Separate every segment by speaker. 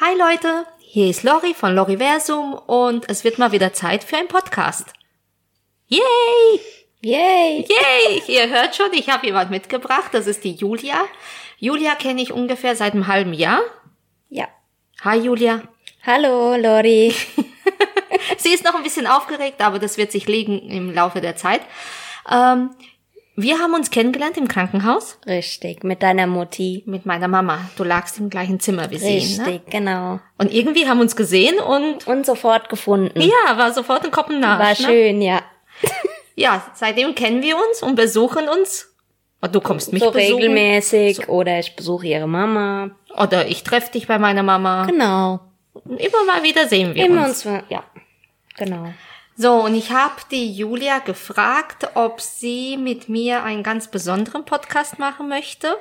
Speaker 1: Hi Leute, hier ist Lori von Loriversum und es wird mal wieder Zeit für einen Podcast. Yay!
Speaker 2: Yay!
Speaker 1: Yay! Ihr hört schon, ich habe jemand mitgebracht, das ist die Julia. Julia kenne ich ungefähr seit einem halben Jahr.
Speaker 2: Ja.
Speaker 1: Hi Julia.
Speaker 2: Hallo, Lori.
Speaker 1: Sie ist noch ein bisschen aufgeregt, aber das wird sich legen im Laufe der Zeit. Ähm, wir haben uns kennengelernt im Krankenhaus
Speaker 2: Richtig, mit deiner Mutti.
Speaker 1: mit meiner Mama. Du lagst im gleichen Zimmer wie sie. Ne?
Speaker 2: Richtig, genau.
Speaker 1: Und irgendwie haben wir uns gesehen und
Speaker 2: Und sofort gefunden.
Speaker 1: ja, war sofort ein Kopfnarsch.
Speaker 2: War
Speaker 1: Ne?
Speaker 2: schön, ja.
Speaker 1: Ja, seitdem kennen wir uns und besuchen uns. Und du kommst mich
Speaker 2: so
Speaker 1: besuchen.
Speaker 2: regelmäßig oder ich besuche ihre Mama.
Speaker 1: Oder ich treffe dich bei meiner Mama.
Speaker 2: Genau.
Speaker 1: Immer mal wieder sehen wir
Speaker 2: Immer
Speaker 1: uns.
Speaker 2: uns, ja. Genau.
Speaker 1: So, und ich habe die Julia gefragt, ob sie mit mir einen ganz besonderen Podcast machen möchte.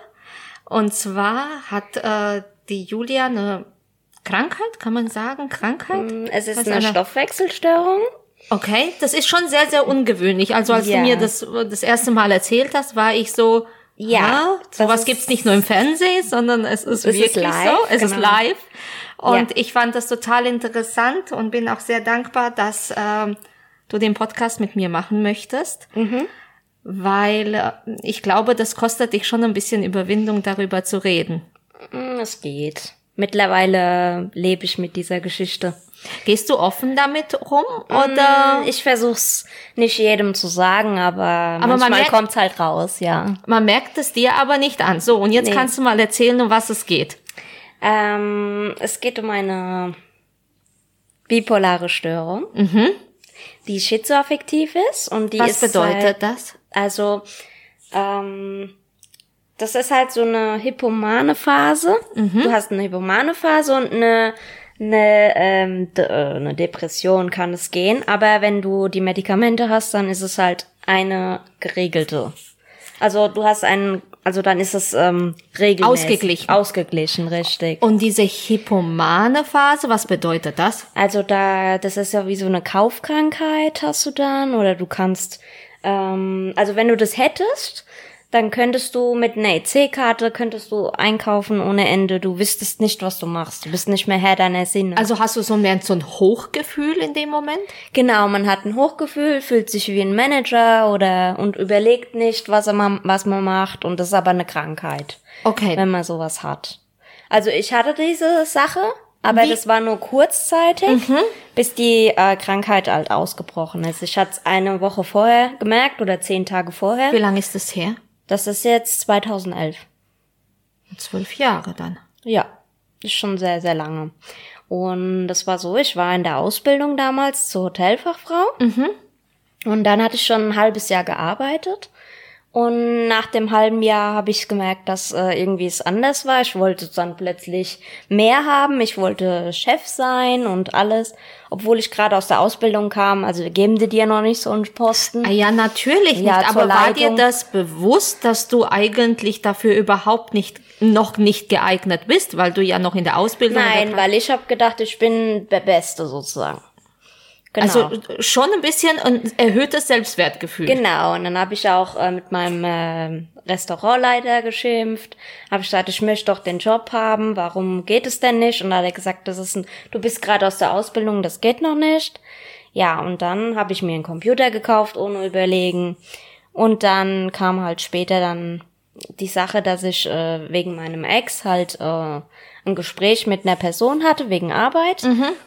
Speaker 1: Und zwar hat äh, die Julia eine Krankheit, kann man sagen, Krankheit?
Speaker 2: Mm, Es ist
Speaker 1: Was
Speaker 2: eine
Speaker 1: eine-
Speaker 2: Stoffwechselstörung.
Speaker 1: Okay, das ist schon sehr, sehr ungewöhnlich. Also als
Speaker 2: Ja.
Speaker 1: du mir das äh, das erste Mal erzählt hast, war ich so,
Speaker 2: Ja,
Speaker 1: ja,
Speaker 2: das
Speaker 1: sowas
Speaker 2: ist-
Speaker 1: gibt's nicht nur im Fernsehen, sondern es ist
Speaker 2: Es ist
Speaker 1: wirklich
Speaker 2: live,
Speaker 1: so, es ist
Speaker 2: genau.
Speaker 1: live. Und
Speaker 2: Ja.
Speaker 1: ich fand das total interessant und bin auch sehr dankbar, dass ähm, du den Podcast mit mir machen möchtest.
Speaker 2: Mhm.
Speaker 1: Weil äh, ich glaube, das kostet dich schon ein bisschen Überwindung, darüber zu reden.
Speaker 2: Hm, Es geht. Mittlerweile lebe ich mit dieser Geschichte.
Speaker 1: Gehst du offen damit rum oder
Speaker 2: Hm, Ich versuch's nicht jedem zu sagen, aber,
Speaker 1: äh, man
Speaker 2: manchmal
Speaker 1: merkt-
Speaker 2: kommt's halt raus, ja.
Speaker 1: man merkt es dir aber nicht an? So, und jetzt
Speaker 2: Nee.
Speaker 1: kannst du mal erzählen, um was es geht.
Speaker 2: Ähm, es geht um eine bipolare Störung, die schizoaffektiv ist und die
Speaker 1: Mhm. was
Speaker 2: ist
Speaker 1: bedeutet
Speaker 2: halt,
Speaker 1: das?
Speaker 2: also ähm, das ist halt so eine hippomane Phase.
Speaker 1: Mhm.
Speaker 2: Du hast eine hippomane Phase und eine eine, ähm, de, äh, eine Depression kann es gehen, aber wenn du die Medikamente hast, dann ist es halt eine geregelte. Also du hast einen, also dann ist es ähm, regelmäßig.
Speaker 1: Ausgeglichen.
Speaker 2: Ausgeglichen, richtig.
Speaker 1: Und diese hippomane Phase, was bedeutet das?
Speaker 2: Also da, das ist ja wie so eine Kaufkrankheit hast du dann oder du kannst, ähm, also wenn du das hättest, dann könntest du mit einer EC-Karte könntest du einkaufen ohne Ende. Du wüsstest nicht, was du machst. Du bist nicht mehr Herr deiner Sinne.
Speaker 1: Also hast du so ein, so ein Hochgefühl in dem Moment?
Speaker 2: genau, man hat ein Hochgefühl, fühlt sich wie ein Manager oder und überlegt nicht, was er ma- was man macht und das ist aber eine Krankheit,
Speaker 1: Okay.
Speaker 2: wenn man sowas hat. Also ich hatte diese Sache. Aber
Speaker 1: Wie- Mhm.
Speaker 2: das war nur kurzzeitig, bis die äh, Krankheit halt ausgebrochen ist. Ich hatte es eine Woche vorher gemerkt oder zehn Tage vorher.
Speaker 1: Wie lange ist das her?
Speaker 2: Das ist jetzt 2011.
Speaker 1: Zwölf Jahre dann.
Speaker 2: Ja, ist schon sehr, sehr lange. Und das war so, ich war in der Ausbildung damals zur Hotelfachfrau.
Speaker 1: Mhm.
Speaker 2: Und dann hatte ich schon ein halbes Jahr gearbeitet. Und nach dem halben Jahr habe ich gemerkt, dass äh, irgendwie es anders war. Ich wollte dann plötzlich mehr haben. Ich wollte Chef sein und alles. Obwohl ich gerade aus der Ausbildung kam. Also geben die dir noch nicht so einen Posten.
Speaker 1: Ah ja, natürlich
Speaker 2: Ja,
Speaker 1: nicht.
Speaker 2: zur
Speaker 1: Aber war dir
Speaker 2: Leitung.
Speaker 1: das bewusst, dass du eigentlich dafür überhaupt nicht, noch nicht geeignet bist, weil du ja noch in der Ausbildung
Speaker 2: Nein,
Speaker 1: oder-
Speaker 2: weil ich habe gedacht, ich bin der Beste sozusagen. Genau.
Speaker 1: Also schon ein bisschen ein erhöhtes Selbstwertgefühl.
Speaker 2: Genau, und dann habe ich auch äh, mit meinem äh, Restaurantleiter geschimpft, habe ich gesagt, ich möchte doch den Job haben, warum geht es denn nicht? Und dann hat er gesagt, das ist ein, du bist gerade aus der Ausbildung, das geht noch nicht. Ja, und dann habe ich mir einen Computer gekauft, ohne überlegen. Und dann kam halt später dann die Sache, dass ich äh, wegen meinem Ex halt äh, ein Gespräch mit einer Person hatte wegen Arbeit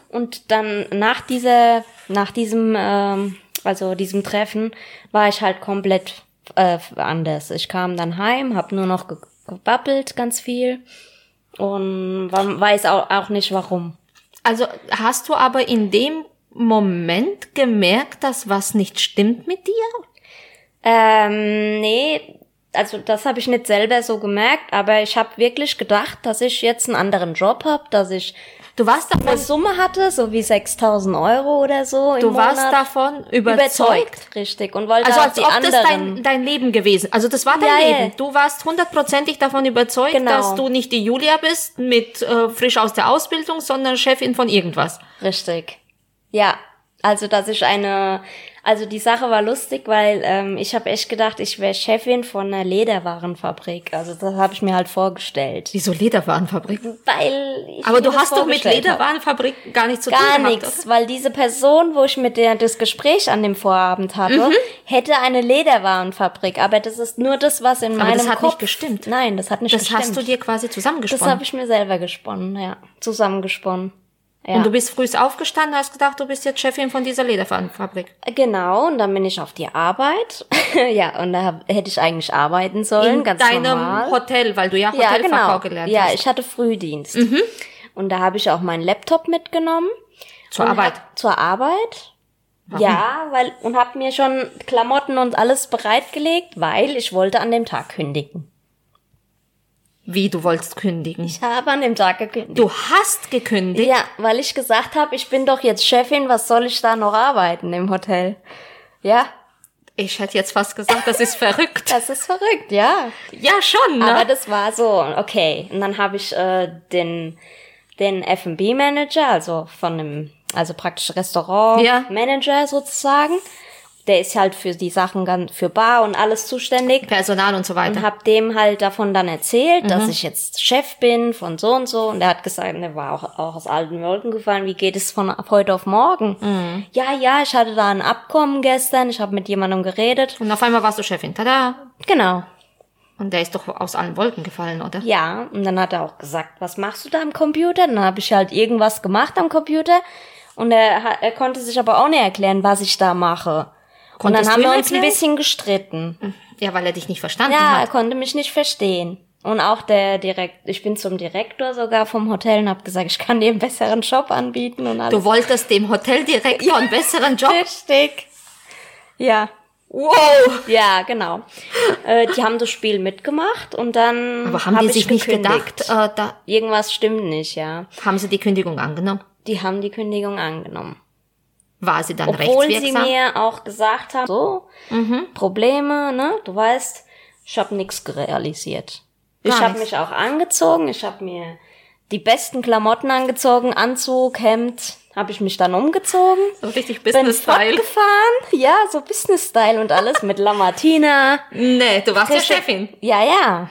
Speaker 2: und dann nach dieser nach diesem ähm, also diesem Treffen war ich halt komplett äh, anders. Ich kam dann heim, habe nur noch ge gebabbelt ganz viel und wa- weiß auch, auch nicht warum.
Speaker 1: Also hast du aber in dem Moment gemerkt, dass was nicht stimmt mit dir?
Speaker 2: Ähm, nee, also das habe ich nicht selber so gemerkt, aber ich habe wirklich gedacht, dass ich jetzt einen anderen Job hab, dass ich
Speaker 1: Du warst davon
Speaker 2: eine Summe hatte, so wie 6000 Euro oder so. Im
Speaker 1: Du warst
Speaker 2: Monat.
Speaker 1: davon überzeugt.
Speaker 2: Richtig. Und wollte
Speaker 1: Also
Speaker 2: auch
Speaker 1: als
Speaker 2: die
Speaker 1: ob
Speaker 2: anderen.
Speaker 1: das dein, dein Leben gewesen. Also das war dein
Speaker 2: Ja, ja.
Speaker 1: Leben. Du warst hundertprozentig davon überzeugt,
Speaker 2: Genau.
Speaker 1: dass du nicht die Julia bist mit äh, frisch aus der Ausbildung, sondern Chefin von irgendwas.
Speaker 2: Richtig. Ja. Also, dass ich eine, also die Sache war lustig, weil ähm, ich habe echt gedacht, ich wäre Chefin von einer Lederwarenfabrik. Also das habe ich mir halt vorgestellt.
Speaker 1: Wieso Lederwarenfabrik?
Speaker 2: Weil ich
Speaker 1: Aber
Speaker 2: mir
Speaker 1: du
Speaker 2: das
Speaker 1: hast doch mit
Speaker 2: vorgestellt hab.
Speaker 1: Lederwarenfabrik gar nichts zu
Speaker 2: Gar
Speaker 1: tun gehabt,
Speaker 2: nichts, weil diese Person, wo ich mit der das Gespräch an dem Vorabend hatte,
Speaker 1: Mhm.
Speaker 2: hätte eine Lederwarenfabrik. Aber das ist nur das, was in
Speaker 1: Aber
Speaker 2: meinem
Speaker 1: das hat
Speaker 2: Kopf.
Speaker 1: nicht gestimmt.
Speaker 2: Nein, das hat nicht
Speaker 1: Das
Speaker 2: gestimmt.
Speaker 1: hast du dir quasi
Speaker 2: das
Speaker 1: zusammengesponnen.
Speaker 2: habe ich mir selber gesponnen, ja. Zusammengesponnen. Ja.
Speaker 1: Und du bist früh aufgestanden, hast gedacht, du bist jetzt Chefin von dieser Lederwarenfabrik.
Speaker 2: Genau, und dann bin ich auf die Arbeit. ja, und da hab, hätte ich eigentlich arbeiten sollen,
Speaker 1: In
Speaker 2: ganz
Speaker 1: deinem
Speaker 2: normal.
Speaker 1: Hotel, weil du ja
Speaker 2: ja,
Speaker 1: Hotelfachfrau
Speaker 2: genau.
Speaker 1: gelernt
Speaker 2: ja,
Speaker 1: hast. Mhm.
Speaker 2: ich hatte Frühdienst. Und da habe ich auch meinen Laptop mitgenommen.
Speaker 1: Zur
Speaker 2: und
Speaker 1: Arbeit?
Speaker 2: Hab, zur Arbeit. Ja, weil und habe mir schon Klamotten und alles bereitgelegt, weil ich wollte an dem Tag kündigen.
Speaker 1: Wie, du wolltest kündigen?
Speaker 2: Ich habe an dem Tag gekündigt.
Speaker 1: Du hast gekündigt?
Speaker 2: Ja, weil ich gesagt habe, ich bin doch jetzt Chefin, was soll ich da noch arbeiten im Hotel? Ja,
Speaker 1: Ich hätte jetzt fast gesagt, das ist verrückt.
Speaker 2: das ist verrückt, ja.
Speaker 1: Ja, schon, ne?
Speaker 2: Aber das war so, okay. Und dann habe ich äh, den, den FB-Manager, also von dem, also praktisch
Speaker 1: Ja.
Speaker 2: Restaurant-Manager sozusagen. Der ist halt für die Sachen ganz, für Bar und alles zuständig.
Speaker 1: Personal und so
Speaker 2: Und
Speaker 1: weiter.
Speaker 2: hab dem halt davon dann erzählt,
Speaker 1: Mhm.
Speaker 2: dass ich jetzt Chef bin von so und so. Und er hat gesagt, und er war auch, auch aus alten Wolken gefallen, wie geht es von ab heute auf morgen?
Speaker 1: Mhm.
Speaker 2: Ja, ja, ich hatte da ein Abkommen gestern, ich habe mit jemandem geredet.
Speaker 1: Und auf einmal warst du Chefin. Tada!
Speaker 2: Genau.
Speaker 1: Und der ist doch aus allen Wolken gefallen, oder?
Speaker 2: Ja, und dann hat er auch gesagt, was machst du da am Computer? Dann habe ich halt irgendwas gemacht am Computer und er, ha- er konnte sich aber auch nicht erklären, was ich da mache.
Speaker 1: Konntest
Speaker 2: und
Speaker 1: du
Speaker 2: dann
Speaker 1: ihm
Speaker 2: haben wir uns ein
Speaker 1: erklären?
Speaker 2: bisschen gestritten.
Speaker 1: Ja, weil er dich nicht verstanden
Speaker 2: Ja, er
Speaker 1: hat.
Speaker 2: konnte mich nicht verstehen. Und auch der Direkt, ich bin zum Direktor sogar vom Hotel und habe gesagt, ich kann dir einen besseren Job anbieten und
Speaker 1: Du
Speaker 2: alles.
Speaker 1: wolltest dem Hoteldirektor einen besseren Job.
Speaker 2: Richtig. Ja.
Speaker 1: Wow!
Speaker 2: Ja, genau. äh, die haben das Spiel mitgemacht und dann
Speaker 1: Aber haben
Speaker 2: hab
Speaker 1: die
Speaker 2: ich
Speaker 1: sich nicht
Speaker 2: gekündigt.
Speaker 1: gedacht, äh, da
Speaker 2: Irgendwas stimmt nicht, ja.
Speaker 1: haben sie die Kündigung angenommen?
Speaker 2: die haben die Kündigung angenommen.
Speaker 1: War sie dann
Speaker 2: Obwohl sie
Speaker 1: rechtswirksam? Mhm.
Speaker 2: mir auch gesagt haben, so, Probleme, ne? Du weißt, ich habe nichts realisiert.
Speaker 1: Gar
Speaker 2: ich habe
Speaker 1: nichts.
Speaker 2: mich auch angezogen, ich habe mir die besten Klamotten angezogen, Anzug, Hemd, habe ich mich dann umgezogen.
Speaker 1: so richtig
Speaker 2: Bin
Speaker 1: Business-Style.
Speaker 2: fortgefahren, ja, so Business-Style und alles mit La Martina.
Speaker 1: Nee, du warst ja
Speaker 2: Richtig.
Speaker 1: Chefin.
Speaker 2: Ja, ja.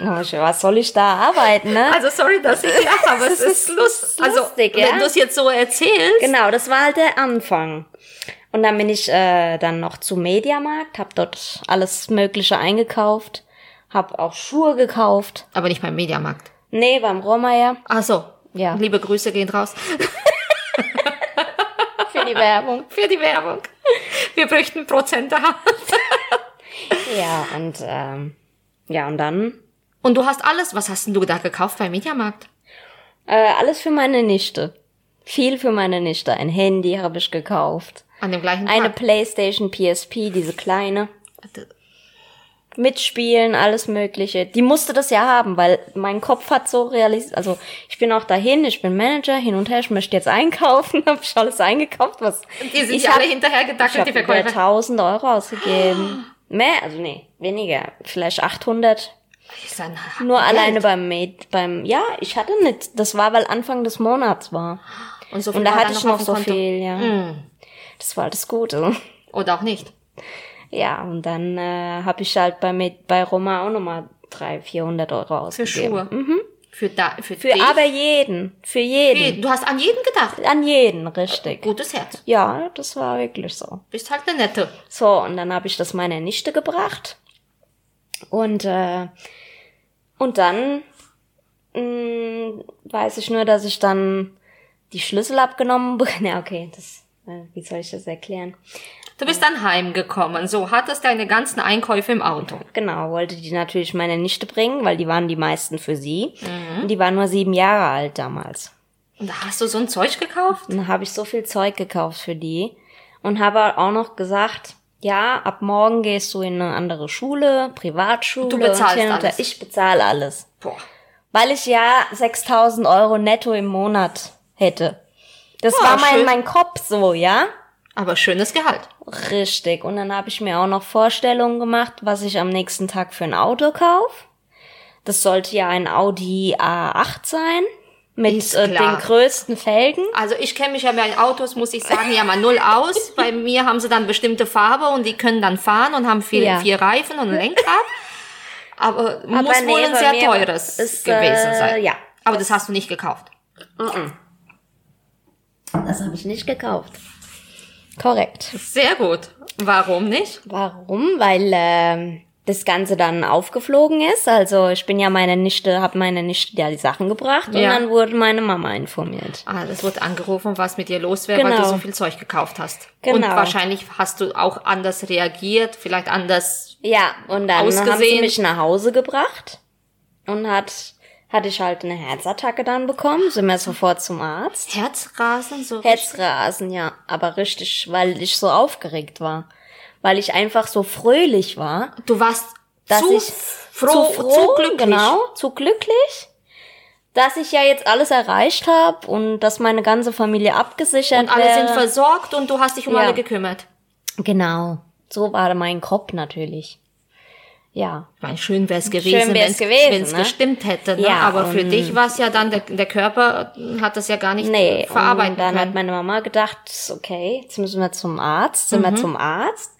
Speaker 2: Was soll ich da arbeiten, ne?
Speaker 1: Also sorry, dass ich lache, aber es ist lust, also,
Speaker 2: lustig, ja?
Speaker 1: Wenn du es jetzt so erzählst,
Speaker 2: Genau, das war halt der Anfang. Und dann bin ich äh, dann noch zum Mediamarkt, hab dort alles Mögliche eingekauft, hab auch Schuhe gekauft.
Speaker 1: aber nicht beim Mediamarkt.
Speaker 2: Nee, beim Rohrmeier.
Speaker 1: Ach so.
Speaker 2: Ja.
Speaker 1: Liebe Grüße gehen raus
Speaker 2: Für die Werbung.
Speaker 1: für die Werbung. Wir bräuchten Prozente haben.
Speaker 2: Ja, und ähm, ja, und dann
Speaker 1: Und du hast alles, was hast denn du da gekauft beim Mediamarkt?
Speaker 2: äh, alles für meine Nichte. Viel für meine Nichte. Ein Handy habe ich gekauft.
Speaker 1: An dem gleichen
Speaker 2: Eine
Speaker 1: Tag.
Speaker 2: Playstation PSP, diese kleine. mitspielen, alles Mögliche. Die musste das ja haben, weil mein Kopf hat so realisiert. Also ich bin auch dahin, ich bin Manager, hin und her, ich möchte jetzt einkaufen, habe ich alles eingekauft, was
Speaker 1: Die sind
Speaker 2: ich
Speaker 1: ja alle
Speaker 2: hab-
Speaker 1: hinterher
Speaker 2: ich
Speaker 1: gedackelt,
Speaker 2: hab
Speaker 1: die
Speaker 2: über
Speaker 1: Verkäufer.
Speaker 2: 1000 Euro ausgegeben. Mehr, also nee, weniger, vielleicht 800.
Speaker 1: Ist ein
Speaker 2: Nur
Speaker 1: Geld.
Speaker 2: alleine beim Med, beim ja, ich hatte nicht. Das war, weil Anfang des Monats war.
Speaker 1: Und, so viel
Speaker 2: Und da
Speaker 1: war
Speaker 2: hatte ich
Speaker 1: auf
Speaker 2: noch
Speaker 1: dem
Speaker 2: so
Speaker 1: Konto.
Speaker 2: viel, ja.
Speaker 1: Hm.
Speaker 2: Das war das Gute.
Speaker 1: Oder auch nicht.
Speaker 2: Ja, und dann äh, habe ich halt bei Med, bei Roma auch nochmal 300, 400 Euro
Speaker 1: Für
Speaker 2: ausgegeben.
Speaker 1: Schuhe. Für, da, Mhm. für,
Speaker 2: Für
Speaker 1: dich.
Speaker 2: aber jeden. Für jeden.
Speaker 1: Du hast an jeden gedacht.
Speaker 2: An jeden, richtig.
Speaker 1: Gutes Herz.
Speaker 2: Ja, das war wirklich so.
Speaker 1: Bist halt eine nette.
Speaker 2: So, und dann habe ich das meiner Nichte gebracht. Und, äh, und dann mh, weiß ich nur, dass ich dann die Schlüssel abgenommen be- Na, okay, das, äh, wie soll ich das erklären?
Speaker 1: Du bist dann heimgekommen, so hattest deine ganzen Einkäufe im Auto.
Speaker 2: Genau, wollte die natürlich meiner Nichte bringen, weil die waren die meisten für sie. Und die war nur sieben Jahre alt damals.
Speaker 1: Und da hast du so ein Zeug gekauft?
Speaker 2: Und dann habe ich so viel Zeug gekauft für die und habe halt auch noch gesagt, ja, ab morgen gehst du in eine andere Schule, Privatschule.
Speaker 1: Du bezahlst
Speaker 2: und hin und her.
Speaker 1: alles.
Speaker 2: Ich bezahle alles.
Speaker 1: Boah.
Speaker 2: Weil ich ja 6000 Euro netto im Monat hätte. Das
Speaker 1: Ja,
Speaker 2: war mein,
Speaker 1: Ah, schön.
Speaker 2: mein Kopf so, ja?
Speaker 1: Aber schönes Gehalt.
Speaker 2: Richtig. Und dann habe ich mir auch noch Vorstellungen gemacht, was ich am nächsten Tag für ein Auto kaufe. Das sollte ja ein Audi A8 sein. Mit
Speaker 1: Ist
Speaker 2: äh,
Speaker 1: klar.
Speaker 2: den größten Felgen.
Speaker 1: Also ich kenne mich ja bei Autos, muss ich sagen, ja mal null aus. Bei mir haben sie dann bestimmte Farbe und die können dann fahren und haben viel,
Speaker 2: Ja.
Speaker 1: vier Reifen und ein Lenkrad. Aber, muss
Speaker 2: nee,
Speaker 1: wohl ein
Speaker 2: bei
Speaker 1: sehr
Speaker 2: mir
Speaker 1: teures
Speaker 2: ist,
Speaker 1: gewesen
Speaker 2: äh,
Speaker 1: sein.
Speaker 2: ja.
Speaker 1: Aber das hast du nicht gekauft.
Speaker 2: Das habe ich nicht gekauft. Korrekt.
Speaker 1: Sehr gut. Warum nicht?
Speaker 2: Warum? Weil ähm, das Ganze dann aufgeflogen ist. Also ich bin ja meine Nichte, habe meine Nichte ja die Sachen gebracht und
Speaker 1: Ja.
Speaker 2: dann wurde meine Mama informiert.
Speaker 1: Ah, das wurde angerufen, was mit dir los wäre, weil
Speaker 2: Genau.
Speaker 1: du so viel Zeug gekauft hast. Und
Speaker 2: Genau.
Speaker 1: wahrscheinlich hast du auch anders reagiert, vielleicht anders.
Speaker 2: Ja, und dann haben sie
Speaker 1: Ausgesehen.
Speaker 2: mich nach Hause gebracht und hat hatte ich halt eine Herzattacke dann bekommen, sind wir sofort zum Arzt.
Speaker 1: Herzrasen, so
Speaker 2: Herzrasen, ja, aber richtig, weil ich so aufgeregt war, weil ich einfach so fröhlich war.
Speaker 1: Du warst
Speaker 2: dass
Speaker 1: zu,
Speaker 2: ich
Speaker 1: froh,
Speaker 2: zu froh,
Speaker 1: zu glücklich.
Speaker 2: genau, zu glücklich, dass ich ja jetzt alles erreicht habe und dass meine ganze Familie abgesichert
Speaker 1: Und alle sind
Speaker 2: wäre.
Speaker 1: versorgt und du hast dich um
Speaker 2: Ja.
Speaker 1: alle gekümmert.
Speaker 2: Genau, so war mein Kopf natürlich. Ja,
Speaker 1: Ich meine, schön wäre es gewesen,
Speaker 2: Schön wär's gewesen,
Speaker 1: wenn es
Speaker 2: ne?
Speaker 1: gestimmt hätte. Ne?
Speaker 2: Ja,
Speaker 1: Aber für
Speaker 2: und-
Speaker 1: dich war es ja dann, der, der Körper hat das ja gar nicht
Speaker 2: nee,
Speaker 1: verarbeiten
Speaker 2: und dann hat
Speaker 1: können.
Speaker 2: meine Mama gedacht, okay, jetzt müssen wir zum Arzt, sind
Speaker 1: Mhm.
Speaker 2: wir zum Arzt.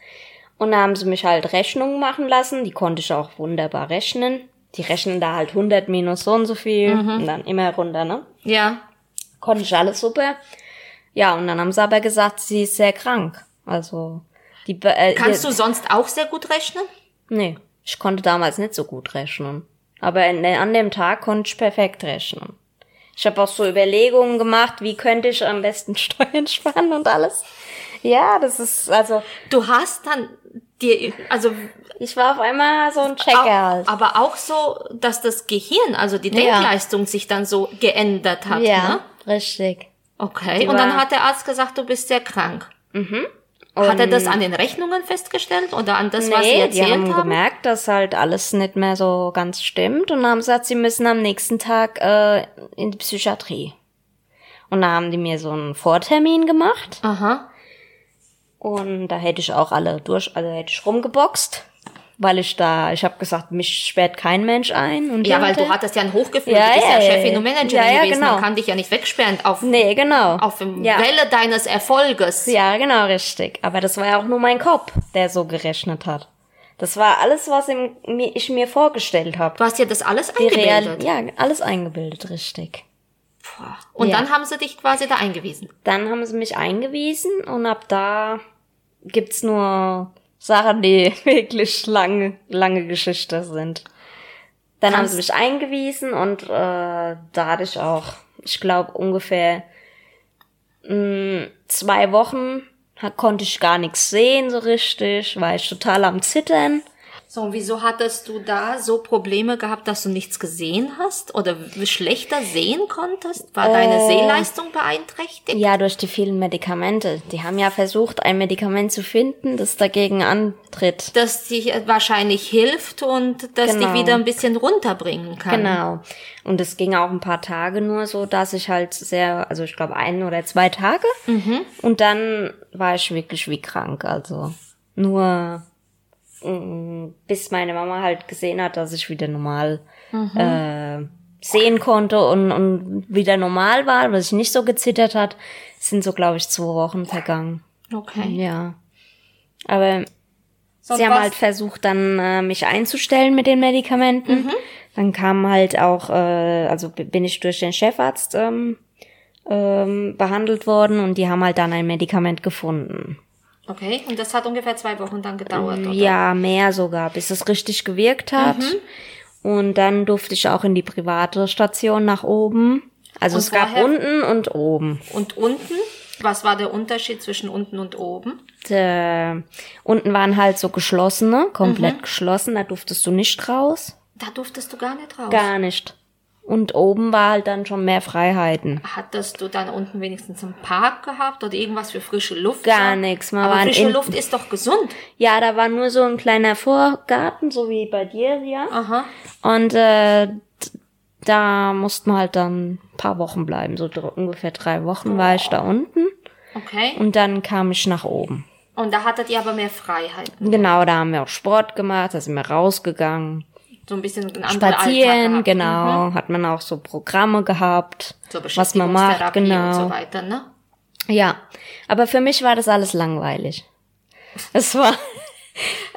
Speaker 2: Und da haben sie mich halt Rechnungen machen lassen, die konnte ich auch wunderbar rechnen. Die rechnen da halt 100 minus so und so viel
Speaker 1: Mhm.
Speaker 2: und dann immer runter, ne?
Speaker 1: ja,
Speaker 2: konnte ich alles super. Ja, und dann haben sie aber gesagt, sie ist sehr krank. Also, die, Be- äh,
Speaker 1: kannst
Speaker 2: ihr,
Speaker 1: du sonst auch sehr gut rechnen?
Speaker 2: Nee, ich konnte damals nicht so gut rechnen. Aber in, äh, an dem Tag konnte ich perfekt rechnen. Ich habe auch so Überlegungen gemacht, wie könnte ich am besten Steuern sparen und alles. Ja, das ist, also,
Speaker 1: Du hast dann dir, also
Speaker 2: ich war auf einmal so ein Checker
Speaker 1: au-
Speaker 2: halt.
Speaker 1: aber auch so, dass das Gehirn, also die Denkleistung, sich dann so geändert hat.
Speaker 2: ja,
Speaker 1: Ne?
Speaker 2: richtig.
Speaker 1: Okay.
Speaker 2: Die
Speaker 1: Und dann
Speaker 2: war- Mhm.
Speaker 1: hat der Arzt gesagt, du bist sehr krank.
Speaker 2: Und
Speaker 1: Hat er das an den Rechnungen festgestellt oder an das, was sie
Speaker 2: Nee, die
Speaker 1: erzählt
Speaker 2: haben
Speaker 1: haben?
Speaker 2: gemerkt, dass halt alles nicht mehr so ganz stimmt und haben gesagt, sie müssen am nächsten Tag äh, in die Psychiatrie. Und da haben die mir so einen Vortermin gemacht
Speaker 1: Aha.
Speaker 2: und da hätte ich auch alle durch, also hätte ich rumgeboxt, weil ich da, ich habe gesagt, mich sperrt kein Mensch ein. Und
Speaker 1: Ja,
Speaker 2: hier
Speaker 1: weil
Speaker 2: und da.
Speaker 1: du hattest ja ein Hochgefühl,
Speaker 2: Ja,
Speaker 1: du bist ja,
Speaker 2: ja, ja,
Speaker 1: Chefin
Speaker 2: ja.
Speaker 1: und Managerin
Speaker 2: Ja, ja,
Speaker 1: gewesen,
Speaker 2: genau.
Speaker 1: man kann dich ja nicht wegsperren auf,
Speaker 2: Nee, genau.
Speaker 1: auf dem
Speaker 2: ja.
Speaker 1: Welle deines Erfolges.
Speaker 2: Ja, genau, richtig. Aber das war ja auch nur mein Kopf, der so gerechnet hat. Das war alles, was im, mir- ich mir vorgestellt habe.
Speaker 1: Du hast dir das alles
Speaker 2: Die Real-
Speaker 1: eingebildet.
Speaker 2: Ja, alles eingebildet, richtig.
Speaker 1: Und
Speaker 2: Ja.
Speaker 1: dann haben sie dich quasi da eingewiesen.
Speaker 2: Dann haben sie mich eingewiesen und ab da gibt's nur Sachen, die wirklich lange, lange Geschichte sind. Dann haben sie mich eingewiesen und äh, da hatte ich auch, ich glaube, ungefähr mh, zwei Wochen ha- konnte ich gar nichts sehen so richtig, war ich total am Zittern.
Speaker 1: So, und wieso hattest du da so Probleme gehabt, dass du nichts gesehen hast oder w- schlechter sehen konntest? War deine Sehleistung beeinträchtigt?
Speaker 2: Äh, Ja, durch die vielen Medikamente. Die haben ja versucht, ein Medikament zu finden, das dagegen antritt.
Speaker 1: Dass dich äh, wahrscheinlich hilft und dass
Speaker 2: Genau.
Speaker 1: dich wieder ein bisschen runterbringen kann.
Speaker 2: Genau. Und es ging auch ein paar Tage nur so, dass ich halt sehr, also ich glaube ein oder zwei Tage. Und dann war ich wirklich wie krank. Also nur mm, bis meine Mama halt gesehen hat, dass ich wieder normal äh, sehen konnte und, und wieder normal war, dass ich nicht so gezittert hat, sind so, glaube ich, zwei Wochen vergangen.
Speaker 1: Okay.
Speaker 2: Genau. Ja. Aber
Speaker 1: So,
Speaker 2: Sie
Speaker 1: und
Speaker 2: haben
Speaker 1: was-
Speaker 2: halt versucht, dann äh, mich einzustellen mit den
Speaker 1: Mhm.
Speaker 2: Medikamenten. Dann kam halt auch, äh, also b- bin ich durch den Chefarzt ähm, ähm, behandelt worden und die haben halt dann ein Medikament gefunden.
Speaker 1: okay. Und das hat ungefähr zwei Wochen dann gedauert, oder?
Speaker 2: Ja, mehr sogar, bis es richtig gewirkt hat.
Speaker 1: Mhm.
Speaker 2: Und dann durfte ich auch in die private Station nach oben. Also
Speaker 1: Und
Speaker 2: es gab
Speaker 1: vorher-
Speaker 2: unten und oben.
Speaker 1: Und unten? Was war der Unterschied zwischen unten und oben?
Speaker 2: Äh, unten waren halt so geschlossene,
Speaker 1: Mhm.
Speaker 2: komplett geschlossen, da durftest du nicht raus.
Speaker 1: Da durftest du gar nicht raus.
Speaker 2: Gar nicht. Und oben war halt dann schon mehr Freiheiten.
Speaker 1: Hattest du dann unten wenigstens einen Park gehabt oder irgendwas für frische Luft?
Speaker 2: Gar
Speaker 1: So?
Speaker 2: nix, wir
Speaker 1: Aber
Speaker 2: waren
Speaker 1: frische
Speaker 2: in-
Speaker 1: Luft ist doch gesund.
Speaker 2: Ja, da war nur so ein kleiner Vorgarten, so wie bei dir, ja.
Speaker 1: Aha.
Speaker 2: Und äh, d- da mussten wir halt dann ein paar Wochen bleiben. So dr- ungefähr drei Wochen war ich da unten.
Speaker 1: Okay.
Speaker 2: Und dann kam ich nach oben.
Speaker 1: Und da hattet ihr aber mehr Freiheiten.
Speaker 2: Genau, da haben wir auch Sport gemacht, da sind wir rausgegangen.
Speaker 1: so ein bisschen ein anderer Alltag
Speaker 2: Spazieren,
Speaker 1: gehabt.
Speaker 2: genau,
Speaker 1: Mhm.
Speaker 2: hat man auch so Programme gehabt,
Speaker 1: So
Speaker 2: was man macht,
Speaker 1: Beschäftigungstherapie
Speaker 2: genau.
Speaker 1: Und so weiter, ne?
Speaker 2: Ja, aber für mich war das alles langweilig. Es war.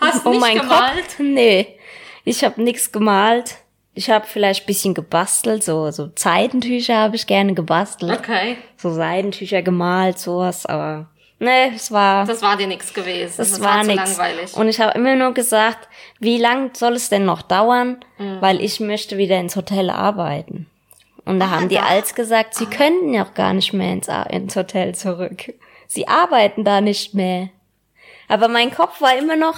Speaker 1: Hast
Speaker 2: Oh
Speaker 1: nicht gemalt?
Speaker 2: Gott, nee, ich habe nichts gemalt. Ich habe vielleicht ein bisschen gebastelt, so so Seidentücher habe ich gerne gebastelt,
Speaker 1: Okay.
Speaker 2: so Seidentücher gemalt, sowas. Aber nee, es war
Speaker 1: Das war dir nichts gewesen.
Speaker 2: das,
Speaker 1: das
Speaker 2: war,
Speaker 1: zu
Speaker 2: nix.
Speaker 1: langweilig.
Speaker 2: Und ich habe immer nur gesagt, wie lang soll es denn noch dauern,
Speaker 1: Mhm.
Speaker 2: weil ich möchte wieder ins Hotel arbeiten. Und da
Speaker 1: Ah,
Speaker 2: haben die
Speaker 1: da.
Speaker 2: Alts gesagt, sie könnten ja auch gar nicht mehr ins, A- ins Hotel zurück. Sie arbeiten da nicht mehr. Aber mein Kopf war immer noch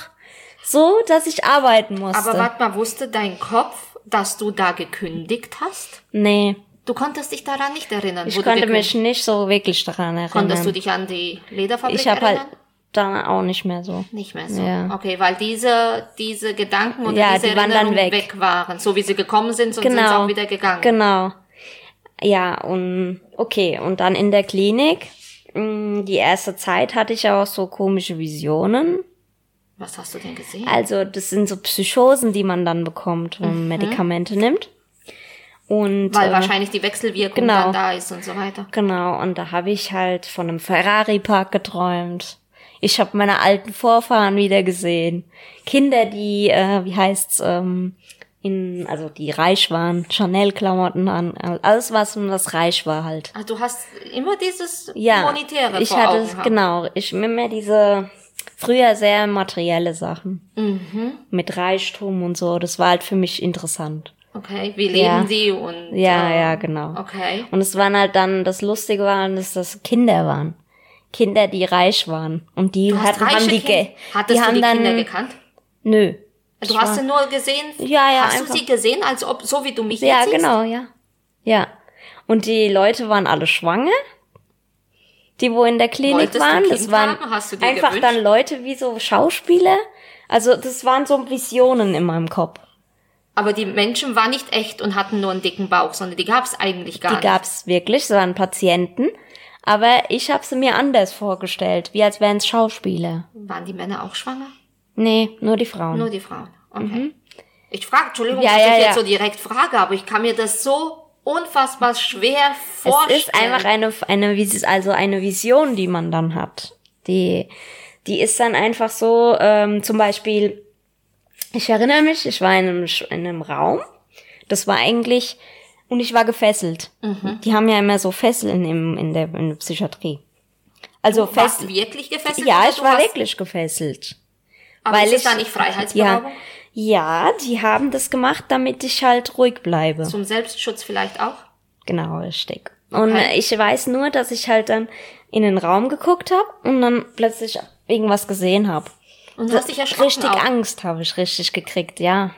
Speaker 2: so, dass ich arbeiten musste.
Speaker 1: Aber warte mal, wusste dein Kopf, dass du da gekündigt hast?
Speaker 2: nee,
Speaker 1: Du konntest dich daran nicht erinnern. wo
Speaker 2: ich
Speaker 1: du
Speaker 2: konnte mich
Speaker 1: gekündigt-
Speaker 2: nicht so wirklich daran erinnern.
Speaker 1: Konntest du dich an die Lederfabrik
Speaker 2: ich habe halt
Speaker 1: erinnern?
Speaker 2: dann auch nicht mehr so.
Speaker 1: Nicht mehr so.
Speaker 2: Ja.
Speaker 1: Okay, weil diese, diese Gedanken und
Speaker 2: Ja,
Speaker 1: diese
Speaker 2: die waren dann
Speaker 1: Erinnerungen
Speaker 2: weg.
Speaker 1: waren. So wie sie gekommen sind, so sind sie auch wieder gegangen.
Speaker 2: Genau. Ja, und okay, und dann in der Klinik. mh, Die erste Zeit hatte ich ja auch so komische Visionen.
Speaker 1: Was hast du denn gesehen?
Speaker 2: Also, das sind so Psychosen, die man dann bekommt, wenn man Medikamente nimmt. Und
Speaker 1: Mhm. weil
Speaker 2: äh,
Speaker 1: wahrscheinlich die Wechselwirkung
Speaker 2: genau.
Speaker 1: dann da ist und so weiter.
Speaker 2: genau, und da habe ich halt von einem Ferrari-Park geträumt. Ich habe meine alten Vorfahren wieder gesehen. Kinder, die, äh, wie heißt's, ähm, in, also die reich waren, Chanel-Klamotten an, alles was um das reich war halt.
Speaker 1: Ah, du hast immer dieses
Speaker 2: ja,
Speaker 1: Monetäre
Speaker 2: ich
Speaker 1: vor
Speaker 2: hatte
Speaker 1: Augen
Speaker 2: es,
Speaker 1: haben.
Speaker 2: genau, ich immer diese früher sehr materielle Sachen
Speaker 1: Mhm.
Speaker 2: mit Reichtum und so, das war halt für mich interessant.
Speaker 1: Okay, wie leben
Speaker 2: Ja.
Speaker 1: sie und
Speaker 2: Ja,
Speaker 1: äh,
Speaker 2: ja, genau.
Speaker 1: Okay.
Speaker 2: Und es waren halt dann das lustige waren, dass das Kinder waren. Kinder, die reich waren und die
Speaker 1: Du hast
Speaker 2: hatten haben
Speaker 1: reiche
Speaker 2: die Geld.
Speaker 1: Kinder. Hattest
Speaker 2: die
Speaker 1: du
Speaker 2: haben
Speaker 1: die
Speaker 2: dann
Speaker 1: Kinder gekannt?
Speaker 2: nö.
Speaker 1: Du
Speaker 2: Ich
Speaker 1: hast
Speaker 2: war-
Speaker 1: sie nur gesehen?
Speaker 2: Ja, ja,
Speaker 1: Hast
Speaker 2: einfach.
Speaker 1: du sie gesehen, als ob, so wie du mich
Speaker 2: Ja,
Speaker 1: jetzt siehst?
Speaker 2: genau, ja. Ja. Und die Leute waren alle schwanger. Die, wo in der Klinik
Speaker 1: Wolltest du
Speaker 2: waren,
Speaker 1: ein
Speaker 2: das
Speaker 1: Kind
Speaker 2: waren
Speaker 1: haben? Hast du dir
Speaker 2: einfach
Speaker 1: gewünscht?
Speaker 2: dann Leute wie so Schauspieler. Also, das waren so Visionen in meinem Kopf.
Speaker 1: Aber die Menschen waren nicht echt und hatten nur einen dicken Bauch, sondern die gab's eigentlich gar
Speaker 2: Die gab's wirklich, so waren Patienten. Aber ich habe sie mir anders vorgestellt, wie als wären es Schauspieler.
Speaker 1: nicht. Waren die Männer auch schwanger?
Speaker 2: Nee, nur die Frauen.
Speaker 1: Nur die Frauen. Okay. Ich frage, Entschuldigung,
Speaker 2: Mhm. Ja,
Speaker 1: dass
Speaker 2: ja,
Speaker 1: ich
Speaker 2: ja.
Speaker 1: jetzt so direkt frage, aber ich kann mir das so unfassbar schwer
Speaker 2: es
Speaker 1: vorstellen.
Speaker 2: ist einfach eine, eine, Vis- also eine Vision, die man dann hat. Die, die ist dann einfach so, ähm, zum Beispiel, ich erinnere mich, ich war in einem, Sch- in einem Raum, das war eigentlich, und ich war gefesselt.
Speaker 1: Mhm.
Speaker 2: Die haben ja immer so Fesseln im, in, der, in der Psychiatrie. Also
Speaker 1: du warst
Speaker 2: fesselt.
Speaker 1: wirklich gefesselt?
Speaker 2: Ja,
Speaker 1: oder
Speaker 2: ich
Speaker 1: du
Speaker 2: war
Speaker 1: warst-
Speaker 2: wirklich gefesselt.
Speaker 1: Aber
Speaker 2: weil
Speaker 1: ist es
Speaker 2: ich-
Speaker 1: da nicht Freiheitsberaubung?
Speaker 2: Ja, die haben das gemacht, damit ich halt ruhig bleibe.
Speaker 1: Zum Selbstschutz vielleicht auch?
Speaker 2: Genau, richtig. Und
Speaker 1: Okay.
Speaker 2: äh, ich weiß nur, dass ich halt dann in den Raum geguckt habe und dann plötzlich irgendwas gesehen habe.
Speaker 1: Und du hast dich erschrocken
Speaker 2: Richtig
Speaker 1: auch.
Speaker 2: Angst habe ich richtig gekriegt, ja.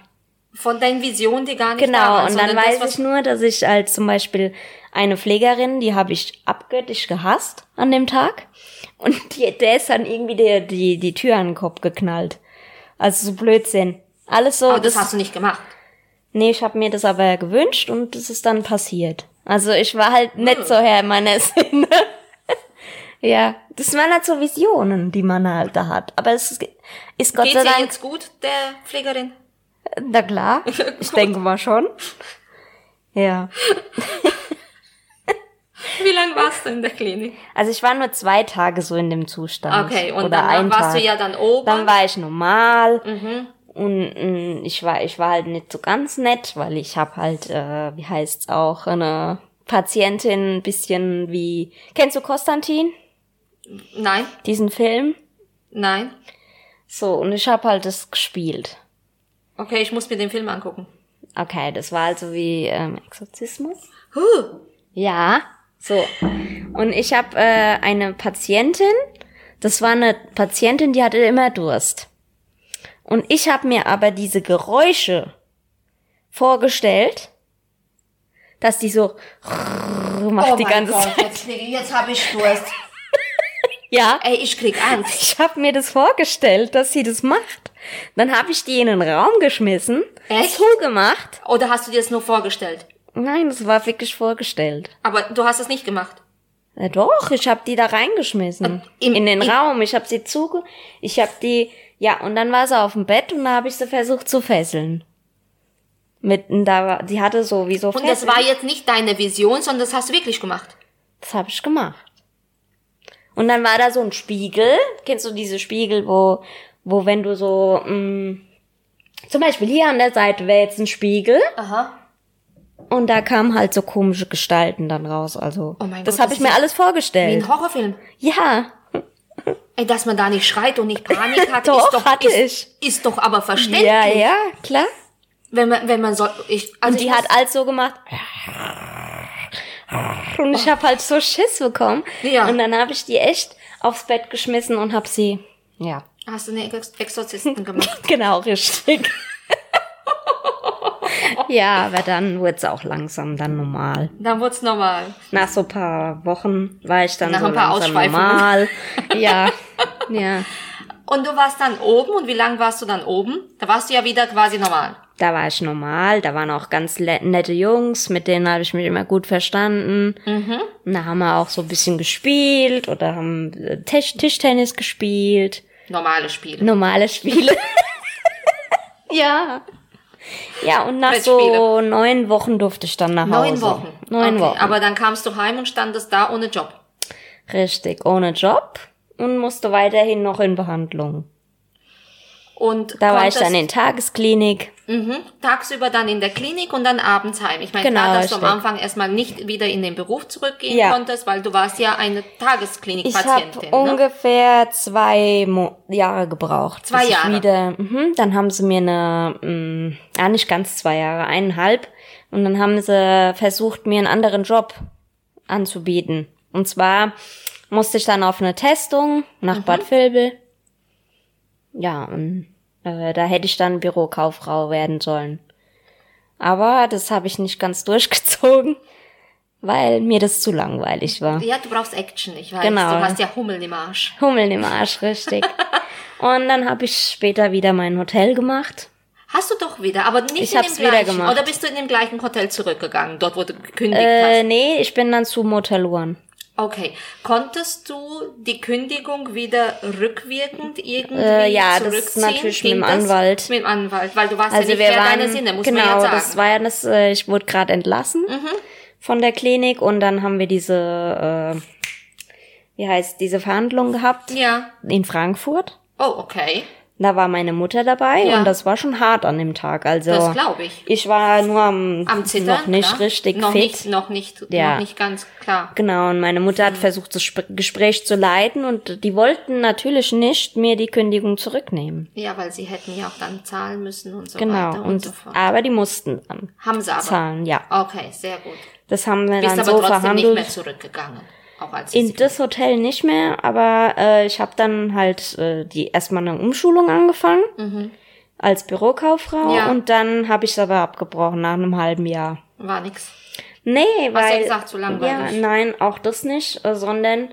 Speaker 1: Von deinen Visionen, die gar nicht da
Speaker 2: Genau,
Speaker 1: waren,
Speaker 2: und dann
Speaker 1: sondern Also, das,
Speaker 2: weiß
Speaker 1: was
Speaker 2: ich nur, dass ich als zum Beispiel eine Pflegerin, die habe ich abgöttisch gehasst an dem Tag. Und die, der ist dann irgendwie die, die, die Tür an den Kopf geknallt. Also so Blödsinn. Alles so.
Speaker 1: Aber Oh, Ah, das hast du nicht gemacht.
Speaker 2: Nee, ich habe mir das aber gewünscht und es ist dann passiert. Also ich war halt
Speaker 1: Hm.
Speaker 2: nicht so Herr meiner Sinne. ja, das waren halt so Visionen, die man halt da hat. Aber es ist- ist Gott
Speaker 1: Geht's
Speaker 2: sei
Speaker 1: ihr
Speaker 2: Dank,
Speaker 1: jetzt gut, der Pflegerin?
Speaker 2: na klar, ich denke mal schon. Ja,
Speaker 1: Wie lange warst du in der Klinik?
Speaker 2: also ich war nur zwei Tage so in dem Zustand.
Speaker 1: Okay, und
Speaker 2: Oder
Speaker 1: dann
Speaker 2: einen
Speaker 1: warst du
Speaker 2: Tag.
Speaker 1: ja dann oben.
Speaker 2: Dann war ich normal und mm, ich war ich war halt nicht so ganz nett, weil ich habe halt äh, wie heißt's auch eine Patientin ein bisschen wie kennst du Konstantin
Speaker 1: nein,
Speaker 2: diesen Film?
Speaker 1: nein.
Speaker 2: So und ich habe halt das gespielt.
Speaker 1: Okay, ich muss mir den Film angucken.
Speaker 2: Okay, das war also wie ähm, Exorzismus.
Speaker 1: Huh.
Speaker 2: Ja, so. Und ich habe äh, eine Patientin, das war eine Patientin, die hatte immer Durst. Und ich habe mir aber diese Geräusche vorgestellt, dass die so macht
Speaker 1: Oh
Speaker 2: die
Speaker 1: mein
Speaker 2: ganze
Speaker 1: Gott,
Speaker 2: Zeit.
Speaker 1: jetzt, jetzt habe ich Durst.
Speaker 2: Ja,
Speaker 1: Ey, ich krieg Angst.
Speaker 2: ich habe mir das vorgestellt, dass sie das macht. Dann habe ich die in den Raum geschmissen,
Speaker 1: Echt?
Speaker 2: zugemacht.
Speaker 1: Oder hast du dir das nur vorgestellt?
Speaker 2: Nein, das war wirklich vorgestellt.
Speaker 1: Aber du hast es nicht gemacht.
Speaker 2: Ja, doch, ich hab die da reingeschmissen.
Speaker 1: Im-
Speaker 2: in den
Speaker 1: im-
Speaker 2: Raum. Ich hab sie zuge... Ich hab die... Ja, und dann war sie auf dem Bett und da hab ich sie versucht zu fesseln. Mit, und da war, die hatte so wie so
Speaker 1: Und das
Speaker 2: Fäden.
Speaker 1: war jetzt nicht deine Vision, sondern das hast du wirklich gemacht.
Speaker 2: Das habe ich gemacht. Und dann war da so ein Spiegel. Kennst du diese Spiegel, wo, wo wenn du so, mh, zum Beispiel hier an der Seite wäre jetzt ein Spiegel
Speaker 1: Aha.
Speaker 2: und da kamen halt so komische Gestalten dann raus. Also
Speaker 1: Oh mein
Speaker 2: das
Speaker 1: Gott,
Speaker 2: habe
Speaker 1: das
Speaker 2: ich mir
Speaker 1: ist-
Speaker 2: alles
Speaker 1: Wie
Speaker 2: vorgestellt.
Speaker 1: ein Horrorfilm.
Speaker 2: Ja,
Speaker 1: Ey, dass man da nicht schreit und nicht Panik hat,
Speaker 2: Doch,
Speaker 1: ist doch
Speaker 2: hatte
Speaker 1: ist, ist doch aber verständlich.
Speaker 2: ja, ja, klar.
Speaker 1: Wenn man wenn man so ich also
Speaker 2: Und die
Speaker 1: ich
Speaker 2: hat alles so gemacht. Und ich habe halt so Schiss bekommen.
Speaker 1: Ja.
Speaker 2: Und dann habe ich die echt aufs Bett geschmissen und habe sie, ja,
Speaker 1: hast du eine Ex Exorzisten gemacht.
Speaker 2: Genau, richtig. ja, aber dann wurde es auch langsam dann normal.
Speaker 1: Dann wird's normal.
Speaker 2: Nach so ein paar Wochen war ich dann
Speaker 1: Nach
Speaker 2: so
Speaker 1: ein paar
Speaker 2: langsam
Speaker 1: Ausschweifungen.
Speaker 2: normal. Ja, ja.
Speaker 1: Und du warst dann oben und wie lange warst du dann oben? Da warst du ja wieder quasi normal.
Speaker 2: Da war ich normal, da waren auch ganz le- nette Jungs, mit denen habe ich mich immer gut verstanden.
Speaker 1: Mhm.
Speaker 2: Und da haben wir auch so ein bisschen gespielt oder haben äh, Tisch Tischtennis gespielt.
Speaker 1: Normale Spiele.
Speaker 2: normale Spiele. ja. Ja, und nach so
Speaker 1: Brettspiele.
Speaker 2: neun Wochen durfte ich dann nach
Speaker 1: Neun
Speaker 2: Hause.
Speaker 1: Wochen.
Speaker 2: Neun
Speaker 1: Okay,
Speaker 2: Wochen.
Speaker 1: Aber dann kamst du heim und standest da ohne Job.
Speaker 2: Richtig, ohne Job und musste weiterhin noch in Behandlung.
Speaker 1: Und
Speaker 2: Da war ich
Speaker 1: konntest
Speaker 2: dann in Tagesklinik.
Speaker 1: mhm, tagsüber dann in der Klinik und dann abends heim. Ich meine,
Speaker 2: Genau,
Speaker 1: klar, dass du am
Speaker 2: richtig.
Speaker 1: Anfang erstmal nicht wieder in den Beruf zurückgehen
Speaker 2: Ja.
Speaker 1: konntest, weil du warst ja eine
Speaker 2: Ich habe
Speaker 1: Tagesklinikpatientin. ne?
Speaker 2: ungefähr zwei Mo Jahre gebraucht.
Speaker 1: Zwei
Speaker 2: bis ich
Speaker 1: Jahre.
Speaker 2: Wieder, mhm, dann haben sie mir eine, mh, ah, nicht ganz zwei Jahre, eineinhalb. Und dann haben sie versucht, mir einen anderen Job anzubieten. Und zwar musste ich dann auf eine Testung nach Bad Vilbel. Ja, und äh, da hätte ich dann Bürokauffrau werden sollen. Aber das habe ich nicht ganz durchgezogen, weil mir das zu langweilig war.
Speaker 1: Ja, du brauchst Action, ich weiß.
Speaker 2: Genau.
Speaker 1: Du hast ja Hummeln im Arsch.
Speaker 2: Hummeln im Arsch, richtig. und dann habe ich später wieder mein Hotel gemacht.
Speaker 1: Hast du doch wieder, aber nicht
Speaker 2: Ich
Speaker 1: in dem
Speaker 2: hab's wieder
Speaker 1: gleichen.
Speaker 2: gemacht.
Speaker 1: Oder bist du in dem gleichen Hotel zurückgegangen, dort wo du gekündigt
Speaker 2: Äh,
Speaker 1: hast?
Speaker 2: nee, ich bin dann zu Motel One.
Speaker 1: Okay. Konntest du die Kündigung wieder rückwirkend irgendwie
Speaker 2: Äh, ja, das
Speaker 1: zurückziehen?
Speaker 2: ist natürlich
Speaker 1: Ging
Speaker 2: mit dem
Speaker 1: das?
Speaker 2: Anwalt.
Speaker 1: Mit dem Anwalt, weil du warst
Speaker 2: Also
Speaker 1: ja
Speaker 2: wir
Speaker 1: nicht fair
Speaker 2: waren
Speaker 1: deine Sinne, muss
Speaker 2: genau,
Speaker 1: man ja sagen. Mhm.
Speaker 2: das war ja das. Äh, ich wurde gerade entlassen von der Klinik und dann haben wir diese, äh, wie heißt diese Verhandlung gehabt
Speaker 1: ja.
Speaker 2: in Frankfurt.
Speaker 1: Oh, okay.
Speaker 2: Da war meine Mutter dabei
Speaker 1: Ja.
Speaker 2: und das war schon hart an dem Tag. Also
Speaker 1: Das glaube ich.
Speaker 2: ich war nur am,
Speaker 1: Am Zittern,
Speaker 2: noch nicht
Speaker 1: klar.
Speaker 2: richtig
Speaker 1: noch
Speaker 2: fit.
Speaker 1: Nicht, noch nicht,
Speaker 2: Ja.
Speaker 1: noch nicht ganz klar.
Speaker 2: Genau, und meine Mutter hat versucht, das Sp- Gespräch zu leiten und die wollten natürlich nicht mir die Kündigung zurücknehmen.
Speaker 1: Ja, weil sie hätten ja auch dann zahlen müssen und so
Speaker 2: Genau,
Speaker 1: weiter und,
Speaker 2: und,
Speaker 1: so fort.
Speaker 2: aber die mussten dann
Speaker 1: Haben sie aber.
Speaker 2: zahlen, ja.
Speaker 1: Okay, sehr gut.
Speaker 2: Das haben wir
Speaker 1: Bist
Speaker 2: dann
Speaker 1: aber
Speaker 2: so
Speaker 1: trotzdem nicht mehr
Speaker 2: verhandelt.
Speaker 1: zurückgegangen. Auch als
Speaker 2: In
Speaker 1: es
Speaker 2: das Hotel nicht mehr, aber äh, ich habe dann halt äh, die erstmal eine Umschulung angefangen als Bürokauffrau
Speaker 1: Mhm. Ja.
Speaker 2: und dann habe ich es aber abgebrochen nach einem halben Jahr.
Speaker 1: war nix.
Speaker 2: Nee,
Speaker 1: Hast du
Speaker 2: weil.
Speaker 1: ja gesagt, zu langweilig.
Speaker 2: Ja, nein, auch das nicht, äh, sondern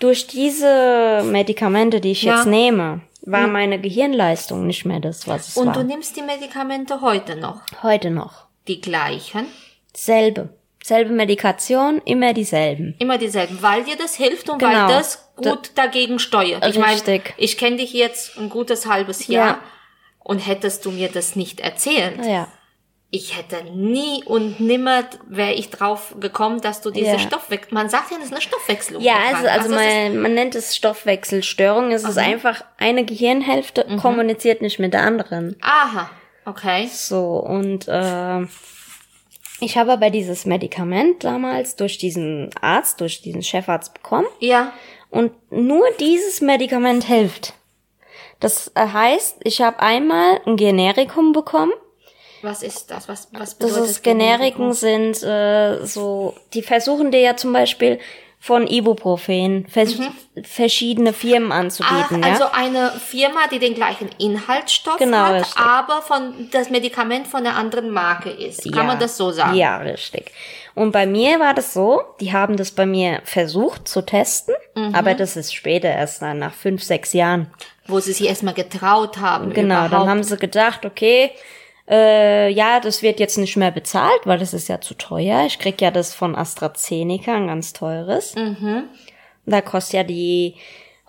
Speaker 2: durch diese Medikamente, die ich
Speaker 1: Ja. Hm.
Speaker 2: jetzt nehme, war meine Gehirnleistung nicht mehr das, was es
Speaker 1: Und
Speaker 2: war.
Speaker 1: du ne- nimmst die Medikamente heute noch.
Speaker 2: Heute noch.
Speaker 1: Die gleichen.
Speaker 2: Selbe. Selbe Medikation, immer dieselben.
Speaker 1: Immer dieselben, weil dir das hilft und
Speaker 2: Genau. Also
Speaker 1: weil das gut dagegen steuert. Ich meine,
Speaker 2: Richtig.
Speaker 1: ich kenne dich jetzt ein gutes halbes
Speaker 2: Ja.
Speaker 1: Jahr und hättest du mir das nicht erzählt,
Speaker 2: Ja.
Speaker 1: ich hätte nie und nimmer wäre ich drauf gekommen, dass du diese
Speaker 2: Ja.
Speaker 1: Stoffwechsel, man sagt ja, das ist eine Stoffwechslung.
Speaker 2: Ja, also, also
Speaker 1: es ist- Mhm.
Speaker 2: man, man nennt es Stoffwechselstörung. Es ist einfach, eine Gehirnhälfte kommuniziert nicht mit der anderen.
Speaker 1: aha, okay.
Speaker 2: So, und äh, ich habe aber dieses Medikament damals durch diesen Arzt, durch diesen Chefarzt bekommen.
Speaker 1: Ja,
Speaker 2: Und nur dieses Medikament hilft. Das äh, heißt, ich habe einmal ein Generikum bekommen.
Speaker 1: was ist das? Was, was
Speaker 2: Das
Speaker 1: bedeutet
Speaker 2: ist Generiken sind äh, so, die versuchen dir ja zum Beispiel von Ibuprofen vers verschiedene Firmen
Speaker 1: Mhm. Ach,
Speaker 2: anzubieten.
Speaker 1: also
Speaker 2: ja?
Speaker 1: eine Firma, die den gleichen Inhaltsstoff
Speaker 2: Genau,
Speaker 1: hat,
Speaker 2: richtig.
Speaker 1: aber von das Medikament von einer anderen Marke ist. Kann man das so sagen?
Speaker 2: Ja, richtig. Und bei mir war das so, die haben das bei mir versucht zu testen,
Speaker 1: Mhm.
Speaker 2: aber das ist später erst dann nach fünf, sechs Jahren.
Speaker 1: Wo sie sich erstmal getraut haben.
Speaker 2: Genau,
Speaker 1: überhaupt.
Speaker 2: dann haben sie gedacht, okay, äh, ja, das wird jetzt nicht mehr bezahlt, weil das ist ja zu teuer. Ich krieg ja das von AstraZeneca, ein ganz teures. Da kostet ja die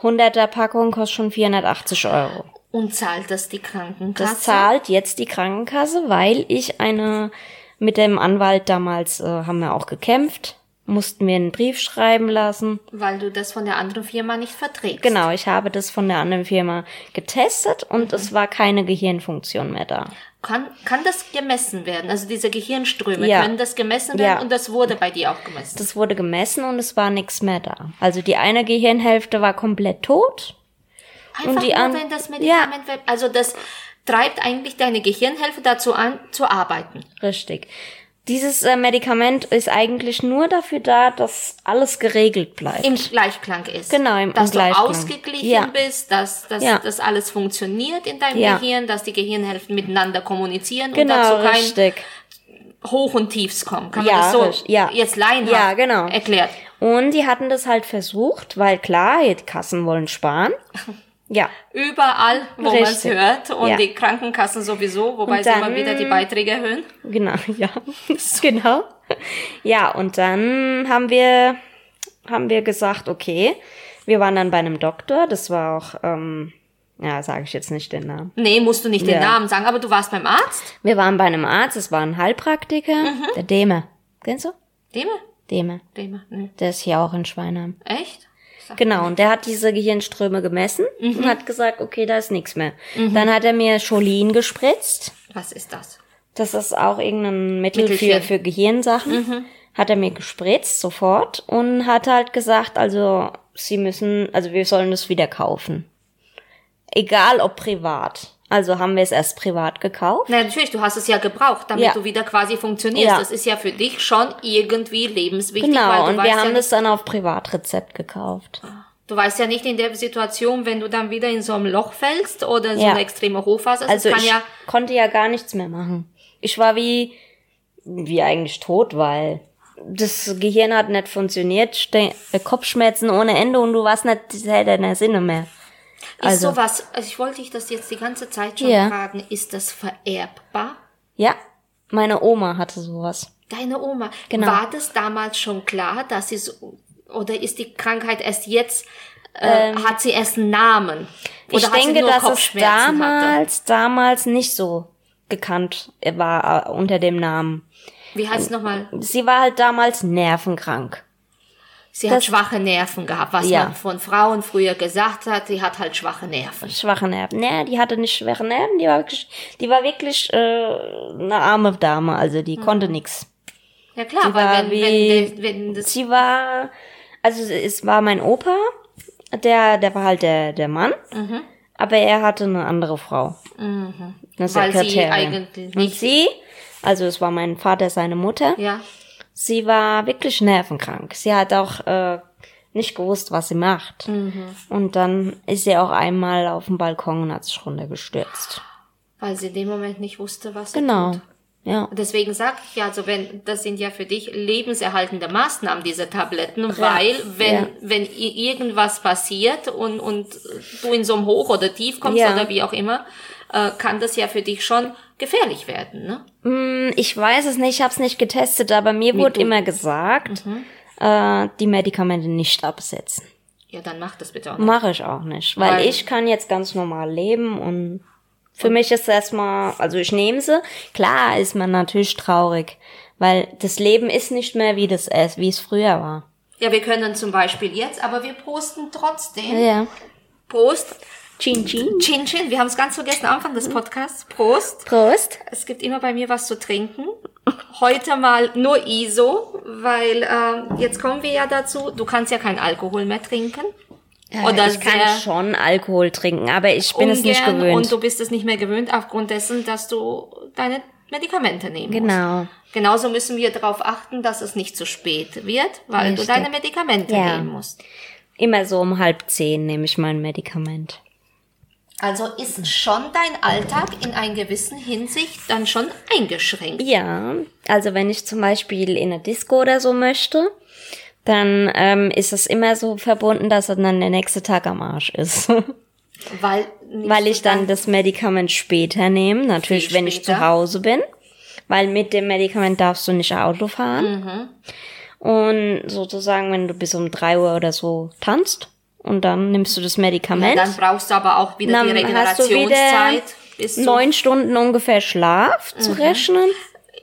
Speaker 2: 100er Packung kostet schon 480 Euro.
Speaker 1: Und zahlt das die Krankenkasse?
Speaker 2: Das zahlt jetzt die Krankenkasse, weil ich eine mit dem Anwalt damals äh, haben wir auch gekämpft, mussten mir einen Brief schreiben lassen.
Speaker 1: Weil du das von der anderen Firma nicht verträgst.
Speaker 2: Genau, ich habe das von der anderen Firma getestet und es war keine Gehirnfunktion mehr da.
Speaker 1: Kann, kann das gemessen werden? Also diese Gehirnströme,
Speaker 2: Ja.
Speaker 1: können das gemessen werden?
Speaker 2: Ja.
Speaker 1: Und das wurde bei dir auch gemessen.
Speaker 2: Das wurde gemessen und es war nichts mehr da. Also die eine Gehirnhälfte war komplett tot.
Speaker 1: Einfach
Speaker 2: die
Speaker 1: nur,
Speaker 2: an-
Speaker 1: wenn das Medikament, wirkt. also das treibt eigentlich deine Gehirnhälfte dazu an, zu arbeiten.
Speaker 2: Richtig. Dieses äh, Medikament ist eigentlich nur dafür da, dass alles geregelt bleibt.
Speaker 1: Im Gleichklang ist.
Speaker 2: Genau, im- im
Speaker 1: Dass du
Speaker 2: Gleichklang.
Speaker 1: ausgeglichen
Speaker 2: Ja.
Speaker 1: bist, dass, dass,
Speaker 2: Ja.
Speaker 1: dass alles funktioniert in deinem
Speaker 2: Ja.
Speaker 1: Gehirn, dass die Gehirnhälften miteinander kommunizieren
Speaker 2: genau,
Speaker 1: und dazu kein
Speaker 2: richtig.
Speaker 1: Hoch- und Tiefs kommen. Kann
Speaker 2: Ja,
Speaker 1: man das so
Speaker 2: richtig, ja.
Speaker 1: jetzt laienhaft
Speaker 2: Ja, genau.
Speaker 1: erklärt?
Speaker 2: Und die hatten das halt versucht, weil klar, die Kassen wollen sparen. Ja.
Speaker 1: Überall, wo man es
Speaker 2: Richtig,
Speaker 1: hört und
Speaker 2: ja.
Speaker 1: die Krankenkassen sowieso, wobei
Speaker 2: Und
Speaker 1: sie immer
Speaker 2: dann-
Speaker 1: wieder die Beiträge erhöhen.
Speaker 2: Genau, ja. genau. Ja, und dann haben wir, haben wir gesagt, okay, wir waren dann bei einem Doktor, das war auch, ähm, ja, sage ich jetzt nicht den Namen.
Speaker 1: Nee, musst du nicht den
Speaker 2: Ja.
Speaker 1: Namen sagen, aber du warst beim Arzt.
Speaker 2: Wir waren bei einem Arzt, es war ein Heilpraktiker, der Deme. Kennst du?
Speaker 1: Deme?
Speaker 2: Deme.
Speaker 1: Deme, nee.
Speaker 2: Der ist hier auch in Schweinheim.
Speaker 1: Echt?
Speaker 2: Genau, und der hat diese Gehirnströme gemessen und hat gesagt, okay, da ist nichts mehr. Dann hat er mir Cholin gespritzt.
Speaker 1: Was ist das?
Speaker 2: Das ist auch irgendein Mittel
Speaker 1: Mittelchen.
Speaker 2: für, für Gehirnsachen. Hat er mir gespritzt sofort und hat halt gesagt, also sie müssen, also wir sollen das wieder kaufen. Egal ob privat. Also haben wir es erst privat gekauft.
Speaker 1: Na natürlich, du hast es ja gebraucht, damit
Speaker 2: Ja.
Speaker 1: du wieder quasi funktionierst.
Speaker 2: Ja.
Speaker 1: Das ist ja für dich schon irgendwie lebenswichtig, weil
Speaker 2: Genau,
Speaker 1: du
Speaker 2: und
Speaker 1: weißt
Speaker 2: wir haben
Speaker 1: ja nicht,
Speaker 2: das dann auf Privatrezept gekauft.
Speaker 1: du weißt ja nicht in der Situation, wenn du dann wieder in so einem Loch fällst oder so
Speaker 2: Ja.
Speaker 1: eine extreme Hochphase, also
Speaker 2: Also
Speaker 1: das kann
Speaker 2: ich
Speaker 1: ja
Speaker 2: konnte ja gar nichts mehr machen. Ich war wie, wie eigentlich tot, weil das Gehirn hat nicht funktioniert, Ste äh, Kopfschmerzen ohne Ende und du warst nicht deiner Sinne mehr.
Speaker 1: ist
Speaker 2: also-
Speaker 1: sowas, also ich wollte dich das jetzt die ganze Zeit schon
Speaker 2: Ja.
Speaker 1: fragen, ist das vererbbar?
Speaker 2: Ja, meine Oma hatte sowas.
Speaker 1: Deine Oma,
Speaker 2: Genau.
Speaker 1: war das damals schon klar, dass sie so, oder ist die Krankheit erst jetzt, äh, hat sie erst einen Namen? Oder
Speaker 2: Ähm. ich
Speaker 1: hat sie
Speaker 2: denke,
Speaker 1: nur
Speaker 2: dass es
Speaker 1: Kopfschmerzen hatte?
Speaker 2: damals, damals nicht so bekannt war äh, unter dem Namen.
Speaker 1: Wie heißt es nochmal?
Speaker 2: Sie war halt damals nervenkrank.
Speaker 1: Sie hat
Speaker 2: Das-
Speaker 1: schwache Nerven gehabt, was
Speaker 2: Ja.
Speaker 1: man von Frauen früher gesagt hat. Sie hat halt schwache Nerven.
Speaker 2: Schwache Nerven. Nee, die hatte nicht schwache Nerven, die war wirklich, die war wirklich äh, eine arme Dame, also die konnte nix.
Speaker 1: Ja klar,
Speaker 2: Die war
Speaker 1: weil Mhm. wenn, wenn, wenn,
Speaker 2: wie-
Speaker 1: wenn das
Speaker 2: Sie war, also es war mein Opa, der, der war halt der, der Mann,
Speaker 1: Mhm.
Speaker 2: aber er hatte eine andere Frau. Eine
Speaker 1: Weil sie
Speaker 2: Sekretärin.
Speaker 1: eigentlich
Speaker 2: Und
Speaker 1: nicht-
Speaker 2: sie, also es war mein Vater, seine Mutter,
Speaker 1: ja
Speaker 2: sie war wirklich nervenkrank. Sie hat auch äh, nicht gewusst, was sie macht. Und dann ist sie auch einmal auf dem Balkon und hat sich runtergestürzt.
Speaker 1: weil sie in dem Moment nicht wusste, was sie
Speaker 2: Genau.
Speaker 1: tut.
Speaker 2: Ja.
Speaker 1: Deswegen sage ich ja, also wenn das sind ja für dich lebenserhaltende Maßnahmen diese Tabletten, weil wenn
Speaker 2: Ja.
Speaker 1: wenn i- irgendwas passiert und und du in so einem Hoch oder Tief kommst
Speaker 2: Ja.
Speaker 1: oder wie auch immer, äh, kann das ja für dich schon gefährlich werden, ne?
Speaker 2: Hm, Ich weiß es nicht, ich habe es nicht getestet, aber mir wurde
Speaker 1: du.
Speaker 2: immer gesagt, äh, die Medikamente nicht absetzen.
Speaker 1: Ja, dann mach das bitte auch. nicht.
Speaker 2: Mache ich auch nicht, weil,
Speaker 1: Weil-
Speaker 2: ich kann jetzt ganz normal leben und für mich ist erstmal, also ich nehme sie. Klar ist man natürlich traurig, weil das Leben ist nicht mehr wie das es wie es früher war.
Speaker 1: Ja, wir können zum Beispiel jetzt, aber wir posten trotzdem.
Speaker 2: Ja.
Speaker 1: Prost.
Speaker 2: Chin Chin.
Speaker 1: Chin Chin, wir haben es ganz vergessen am Anfang des Podcasts. Prost.
Speaker 2: Prost.
Speaker 1: Es gibt immer bei mir was zu trinken. Heute mal nur ISO, weil ähm, jetzt kommen wir ja dazu, du kannst ja keinen Alkohol mehr trinken. Oder
Speaker 2: Äh, ich kann
Speaker 1: sehr
Speaker 2: schon Alkohol trinken, aber ich bin es nicht
Speaker 1: ungern
Speaker 2: gewöhnt.
Speaker 1: Und du bist es nicht mehr gewöhnt aufgrund dessen, dass du deine Medikamente nehmen musst.
Speaker 2: Genau.
Speaker 1: Genauso müssen wir darauf achten, dass es nicht zu spät wird, weil
Speaker 2: Richtig.
Speaker 1: du deine Medikamente
Speaker 2: Ja.
Speaker 1: nehmen musst.
Speaker 2: Immer so um halb zehn nehme ich mein Medikament.
Speaker 1: Also ist schon dein Alltag in einer gewissen Hinsicht dann schon eingeschränkt.
Speaker 2: Ja, also wenn ich zum Beispiel in eine Disco oder so möchte, dann ähm, ist es immer so verbunden, dass dann der nächste Tag am Arsch ist.
Speaker 1: Weil,
Speaker 2: weil ich dann das Medikament später nehme, natürlich
Speaker 1: Viel
Speaker 2: wenn ich
Speaker 1: später.
Speaker 2: zu Hause bin, weil mit dem Medikament darfst du nicht Auto
Speaker 1: Mhm.
Speaker 2: fahren. Und sozusagen, wenn du bis um drei Uhr oder so tanzt und dann nimmst du das Medikament.
Speaker 1: Dann brauchst du aber auch wieder die
Speaker 2: Dann hast du
Speaker 1: Regenerationszeit. Bis du- Mhm.
Speaker 2: Neun Stunden ungefähr Schlaf zu rechnen.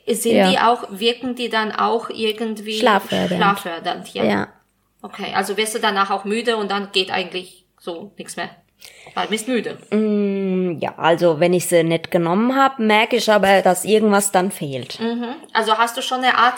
Speaker 1: Sind
Speaker 2: Ja.
Speaker 1: die auch, wirken die dann auch irgendwie
Speaker 2: Schlaffördernd.
Speaker 1: schlaffördernd ja.
Speaker 2: Ja.
Speaker 1: Okay, also wirst du danach auch müde und dann geht eigentlich so nichts mehr. Weil du bist müde.
Speaker 2: Mm, Ja, also wenn ich sie nicht genommen habe, merke ich aber, dass irgendwas dann fehlt.
Speaker 1: Mhm. Also hast du schon eine Art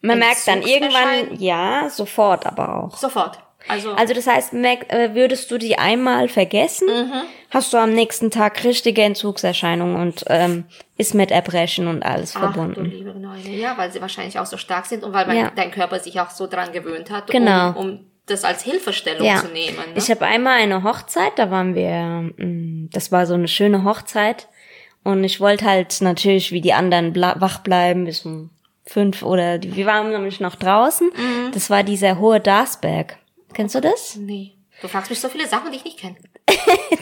Speaker 2: Man merkt dann irgendwann,
Speaker 1: Entzugserscheinung?
Speaker 2: ja, sofort aber auch.
Speaker 1: sofort. Also,
Speaker 2: Also das heißt, merk, äh, würdest du die einmal vergessen,
Speaker 1: Mhm.
Speaker 2: hast du am nächsten Tag richtige Entzugserscheinungen und ähm, ist mit Erbrechen und alles
Speaker 1: ach um du
Speaker 2: verbunden.
Speaker 1: liebe Neune, ja, weil sie wahrscheinlich auch so stark sind und weil mein,
Speaker 2: Ja.
Speaker 1: dein Körper sich auch so dran gewöhnt hat,
Speaker 2: Genau.
Speaker 1: um, um das als Hilfestellung
Speaker 2: Ja.
Speaker 1: zu nehmen. Ne?
Speaker 2: Ich habe einmal eine Hochzeit, da waren wir, mm, das war so eine schöne Hochzeit und ich wollte halt natürlich wie die anderen bla- wach bleiben bis um fünf oder die, wir waren nämlich noch draußen.
Speaker 1: Mhm.
Speaker 2: Das war dieser hohe Darsberg. Kennst du das?
Speaker 1: nee. Du fragst mich so viele Sachen, die ich nicht kenne.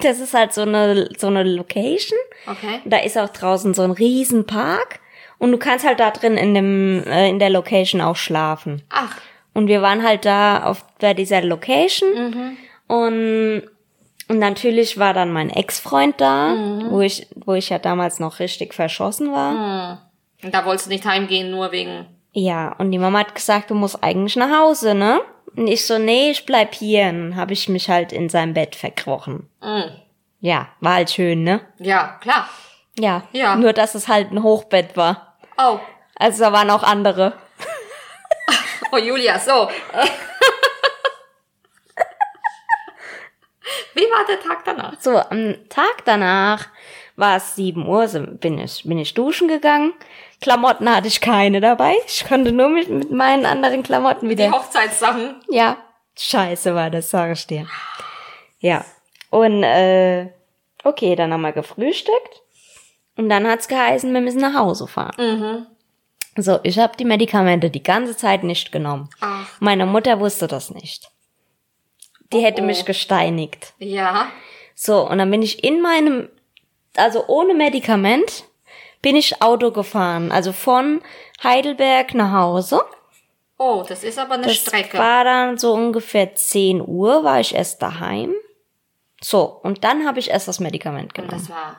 Speaker 2: Das ist halt so eine so eine Location.
Speaker 1: Okay.
Speaker 2: Da ist auch draußen so ein Riesenpark und du kannst halt da drin in dem äh, in der Location auch schlafen.
Speaker 1: Ach,
Speaker 2: Und wir waren halt da auf bei dieser Location
Speaker 1: Mhm.
Speaker 2: und und natürlich war dann mein Ex-Freund da,
Speaker 1: Mhm.
Speaker 2: wo ich wo ich ja damals noch richtig verschossen war.
Speaker 1: und da wolltest du nicht heimgehen, nur wegen.
Speaker 2: Ja, und die Mama hat gesagt, du musst eigentlich nach Hause, ne? Und ich so, nee, ich bleib hier. Und dann habe ich mich halt in sein Bett verkrochen.
Speaker 1: Mhm.
Speaker 2: Ja, war halt schön, ne?
Speaker 1: Ja, klar.
Speaker 2: Ja.
Speaker 1: Ja.
Speaker 2: Nur, dass es halt ein Hochbett war.
Speaker 1: Oh,
Speaker 2: Also da waren auch andere.
Speaker 1: oh Julia, so. Wie war der Tag danach?
Speaker 2: So, am Tag danach war es 7 Uhr, so bin ich, bin ich duschen gegangen. Klamotten hatte ich keine dabei. Ich konnte nur mit, mit meinen anderen Klamotten
Speaker 1: Die
Speaker 2: wieder.
Speaker 1: Hochzeitssachen.
Speaker 2: Ja, scheiße war das, sage ich dir. Ja. Und äh, okay, dann haben wir gefrühstückt. Und dann hat's geheißen, wir müssen nach Hause fahren. So, ich habe die Medikamente die ganze Zeit nicht genommen.
Speaker 1: Ach.
Speaker 2: Meine Mutter wusste das nicht. Die hätte
Speaker 1: Oh, oh.
Speaker 2: mich gesteinigt.
Speaker 1: Ja.
Speaker 2: So, und dann bin ich in meinem, also ohne Medikament, bin ich Auto gefahren. Also von Heidelberg nach Hause.
Speaker 1: Oh, das ist aber eine
Speaker 2: Das
Speaker 1: Strecke.
Speaker 2: war dann so ungefähr 10 Uhr, war ich erst daheim. So, und dann habe ich erst das Medikament
Speaker 1: Und
Speaker 2: genommen.
Speaker 1: das war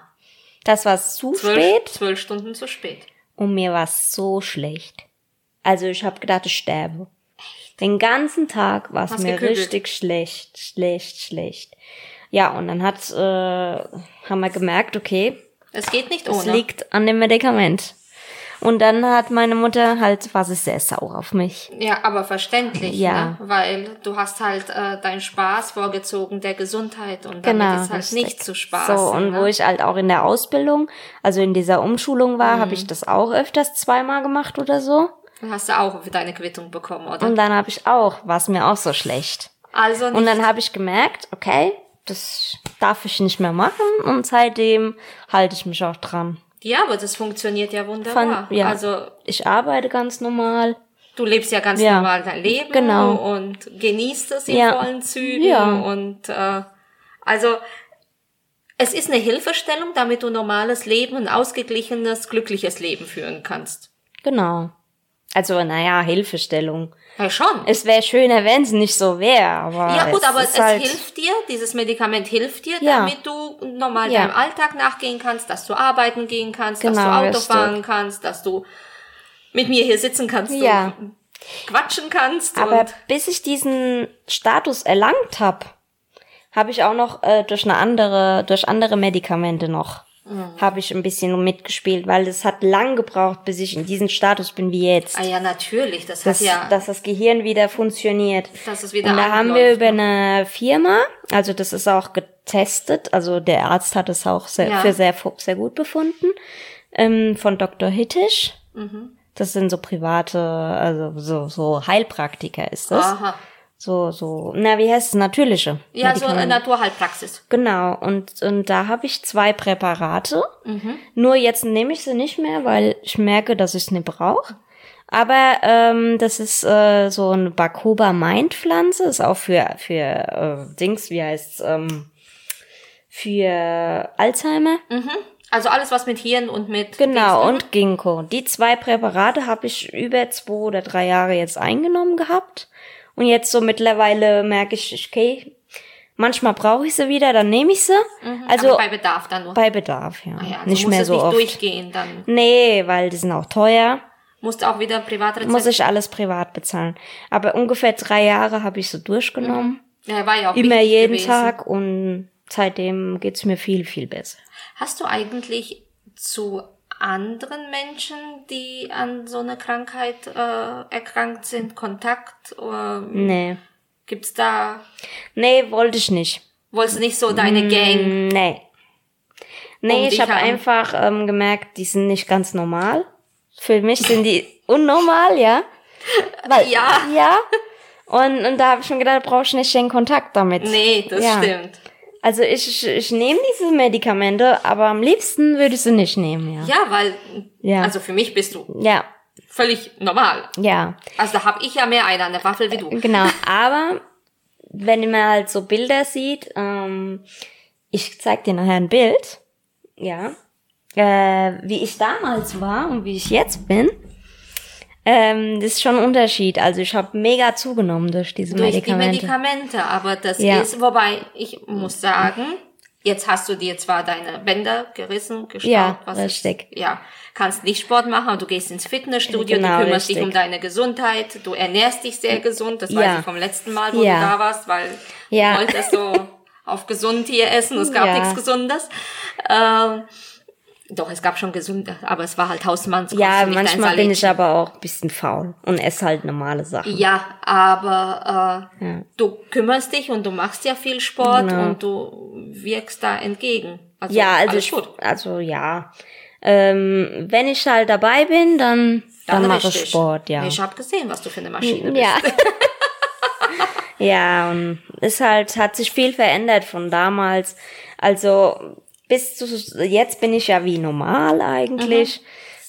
Speaker 2: Das war zu
Speaker 1: zwölf,
Speaker 2: spät
Speaker 1: zwölf Stunden zu spät.
Speaker 2: und mir war es so schlecht. Also ich habe gedacht, ich sterbe. Den ganzen Tag war es
Speaker 1: Hast
Speaker 2: mir
Speaker 1: gekübelt.
Speaker 2: richtig schlecht, schlecht, schlecht. Ja, und dann hat, äh, haben wir gemerkt, okay,
Speaker 1: Es geht nicht
Speaker 2: es
Speaker 1: ohne.
Speaker 2: liegt an dem Medikament. Und dann hat meine Mutter halt, war sie sehr sauer auf mich.
Speaker 1: ja, aber verständlich,
Speaker 2: Ja.
Speaker 1: ne? weil du hast halt äh, deinen Spaß vorgezogen der Gesundheit und
Speaker 2: Genau.
Speaker 1: damit ist halt
Speaker 2: richtig.
Speaker 1: nicht zu spaßen.
Speaker 2: So, und
Speaker 1: ne?
Speaker 2: wo ich halt auch in der Ausbildung, also in dieser Umschulung war,
Speaker 1: Mhm.
Speaker 2: habe ich das auch öfters zweimal gemacht oder so.
Speaker 1: Dann hast du auch deine Quittung bekommen, oder?
Speaker 2: Und dann habe ich auch, war es mir auch so schlecht.
Speaker 1: also nicht,
Speaker 2: Und dann habe ich gemerkt, okay, das darf ich nicht mehr machen und seitdem halte ich mich auch dran.
Speaker 1: ja, aber das funktioniert ja wunderbar.
Speaker 2: Fand- ja.
Speaker 1: Also
Speaker 2: Ich arbeite ganz normal.
Speaker 1: du lebst ja ganz
Speaker 2: Ja.
Speaker 1: normal dein Leben
Speaker 2: Genau.
Speaker 1: und genießt es in
Speaker 2: Ja.
Speaker 1: vollen Zügen
Speaker 2: Ja.
Speaker 1: und äh, also es ist eine Hilfestellung, damit du normales Leben, ein ausgeglichenes, glückliches Leben führen kannst.
Speaker 2: Genau. Also, naja, Hilfestellung.
Speaker 1: Ja, schon.
Speaker 2: Es wäre schöner, wenn es nicht so wäre, aber.
Speaker 1: ja gut,
Speaker 2: es
Speaker 1: aber
Speaker 2: ist
Speaker 1: es
Speaker 2: halt,
Speaker 1: hilft dir, dieses Medikament hilft dir,
Speaker 2: Ja.
Speaker 1: damit du normal
Speaker 2: Ja.
Speaker 1: deinem Alltag nachgehen kannst, dass du arbeiten gehen kannst, dass
Speaker 2: Genau,
Speaker 1: du Auto
Speaker 2: richtig.
Speaker 1: fahren kannst, dass du mit mir hier sitzen kannst,
Speaker 2: Ja.
Speaker 1: du quatschen kannst.
Speaker 2: Aber
Speaker 1: und
Speaker 2: bis ich diesen Status erlangt habe, habe ich auch noch äh, durch eine andere, durch andere Medikamente noch,
Speaker 1: Mhm.
Speaker 2: habe ich ein bisschen mitgespielt, weil es hat lang gebraucht, bis ich in diesen Status bin wie jetzt.
Speaker 1: ah ja, natürlich, das,
Speaker 2: dass,
Speaker 1: hat ja,
Speaker 2: dass das Gehirn wieder funktioniert.
Speaker 1: dass es wieder
Speaker 2: Und da haben wir
Speaker 1: anläuft. ne?
Speaker 2: über eine Firma, also das ist auch getestet, also der Arzt hat es auch sehr,
Speaker 1: Ja.
Speaker 2: für sehr, fu- sehr gut befunden, ähm, von Dr. Hittisch.
Speaker 1: Mhm.
Speaker 2: Das sind so private, also so, so Heilpraktiker ist das.
Speaker 1: Aha.
Speaker 2: So, so, na, wie heißt es? Natürliche.
Speaker 1: Ja, so
Speaker 2: Medikamente.
Speaker 1: eine Naturheilpraxis.
Speaker 2: Genau, und, und da habe ich zwei Präparate. Nur jetzt nehme ich sie nicht mehr, weil ich merke, dass ich es nicht brauche. Aber ähm, das ist äh, so eine Bacoba Mind-Pflanze, ist auch für, für äh, Dings, wie heißt ähm, für Alzheimer.
Speaker 1: Also alles, was mit Hirn und mit
Speaker 2: Genau,
Speaker 1: Dings-
Speaker 2: und Ginkgo. Die zwei Präparate habe ich über zwei oder drei Jahre jetzt eingenommen gehabt. Und jetzt so mittlerweile merke ich, okay, manchmal brauche ich sie wieder, dann nehme ich sie. Also
Speaker 1: Aber bei
Speaker 2: bei,
Speaker 1: Bedarf dann nur.
Speaker 2: Bedarf, ja.
Speaker 1: Ah ja, also
Speaker 2: nicht
Speaker 1: musst
Speaker 2: mehr
Speaker 1: es
Speaker 2: so
Speaker 1: nicht
Speaker 2: oft.
Speaker 1: durchgehen, dann
Speaker 2: Nee, weil die sind auch teuer.
Speaker 1: musst du auch wieder Privatrezept.
Speaker 2: Muss ich alles privat bezahlen. Aber ungefähr drei Jahre habe ich so durchgenommen.
Speaker 1: ja, war ja auch
Speaker 2: Immer
Speaker 1: wichtig
Speaker 2: jeden
Speaker 1: gewesen.
Speaker 2: Tag und seitdem geht's mir viel, viel besser.
Speaker 1: Hast du eigentlich zu anderen Menschen, die an so einer Krankheit äh, erkrankt sind, Kontakt? Äh,
Speaker 2: Nee.
Speaker 1: gibt's da,
Speaker 2: Nee, wollte ich nicht.
Speaker 1: wolltest nicht so
Speaker 2: Mm.
Speaker 1: deine Gang?
Speaker 2: Nee. Nee,
Speaker 1: Um
Speaker 2: ich
Speaker 1: dich
Speaker 2: habe
Speaker 1: herum.
Speaker 2: einfach ähm, gemerkt, die sind nicht ganz normal. Für mich sind die unnormal, ja. Weil,
Speaker 1: Ja.
Speaker 2: Ja. Und, und da habe ich mir gedacht, brauche ich nicht den Kontakt damit.
Speaker 1: Nee, das
Speaker 2: Ja.
Speaker 1: stimmt.
Speaker 2: Also ich, ich, ich nehme diese Medikamente, aber am liebsten würde ich sie nicht nehmen, ja.
Speaker 1: Ja, weil,
Speaker 2: Ja.
Speaker 1: also für mich bist du
Speaker 2: Ja,
Speaker 1: völlig normal.
Speaker 2: ja.
Speaker 1: Also da hab ich ja mehr eine an der Waffel wie du.
Speaker 2: Genau, aber wenn man halt so Bilder sieht, ähm, ich zeig dir nachher ein Bild, ja, äh, wie ich damals war und wie ich jetzt bin, ähm, das ist schon ein Unterschied. Also ich habe mega zugenommen durch diese
Speaker 1: Durch die
Speaker 2: Medikamente.
Speaker 1: Medikamente, aber das
Speaker 2: Ja.
Speaker 1: ist, wobei ich muss sagen, jetzt hast du dir zwar deine Bänder gerissen, gestaucht,
Speaker 2: Ja,
Speaker 1: was
Speaker 2: richtig.
Speaker 1: Ist, ja, kannst nicht Sport machen, aber du gehst ins Fitnessstudio,
Speaker 2: Genau,
Speaker 1: du kümmerst dich
Speaker 2: richtig.
Speaker 1: um deine Gesundheit, du ernährst dich sehr gesund, das
Speaker 2: Ja.
Speaker 1: weiß ich vom letzten Mal, wo
Speaker 2: Ja.
Speaker 1: du da warst, weil
Speaker 2: Ja.
Speaker 1: du wolltest so auf gesund hier essen, es gab
Speaker 2: Ja.
Speaker 1: nichts Gesundes. Ähm, doch, es gab schon gesunde, aber es war halt Hausmannskost.
Speaker 2: ja,
Speaker 1: und nicht dein
Speaker 2: manchmal bin ich
Speaker 1: Salätchen.
Speaker 2: aber auch ein bisschen faul und esse halt normale Sachen.
Speaker 1: Ja, aber äh,
Speaker 2: Ja.
Speaker 1: du kümmerst dich und du machst ja viel Sport
Speaker 2: Genau.
Speaker 1: und du wirkst da entgegen. Also,
Speaker 2: Ja, also
Speaker 1: alles
Speaker 2: ich,
Speaker 1: gut.
Speaker 2: also ja. Ähm, wenn ich halt dabei bin, dann, dann, mache ich
Speaker 1: richtig.
Speaker 2: Sport, ja.
Speaker 1: Ich habe gesehen, was du für eine Maschine bist.
Speaker 2: Ja. ja, und ist halt, hat sich viel verändert von damals. Also, bis zu, jetzt bin ich ja wie normal
Speaker 1: Mhm.
Speaker 2: eigentlich.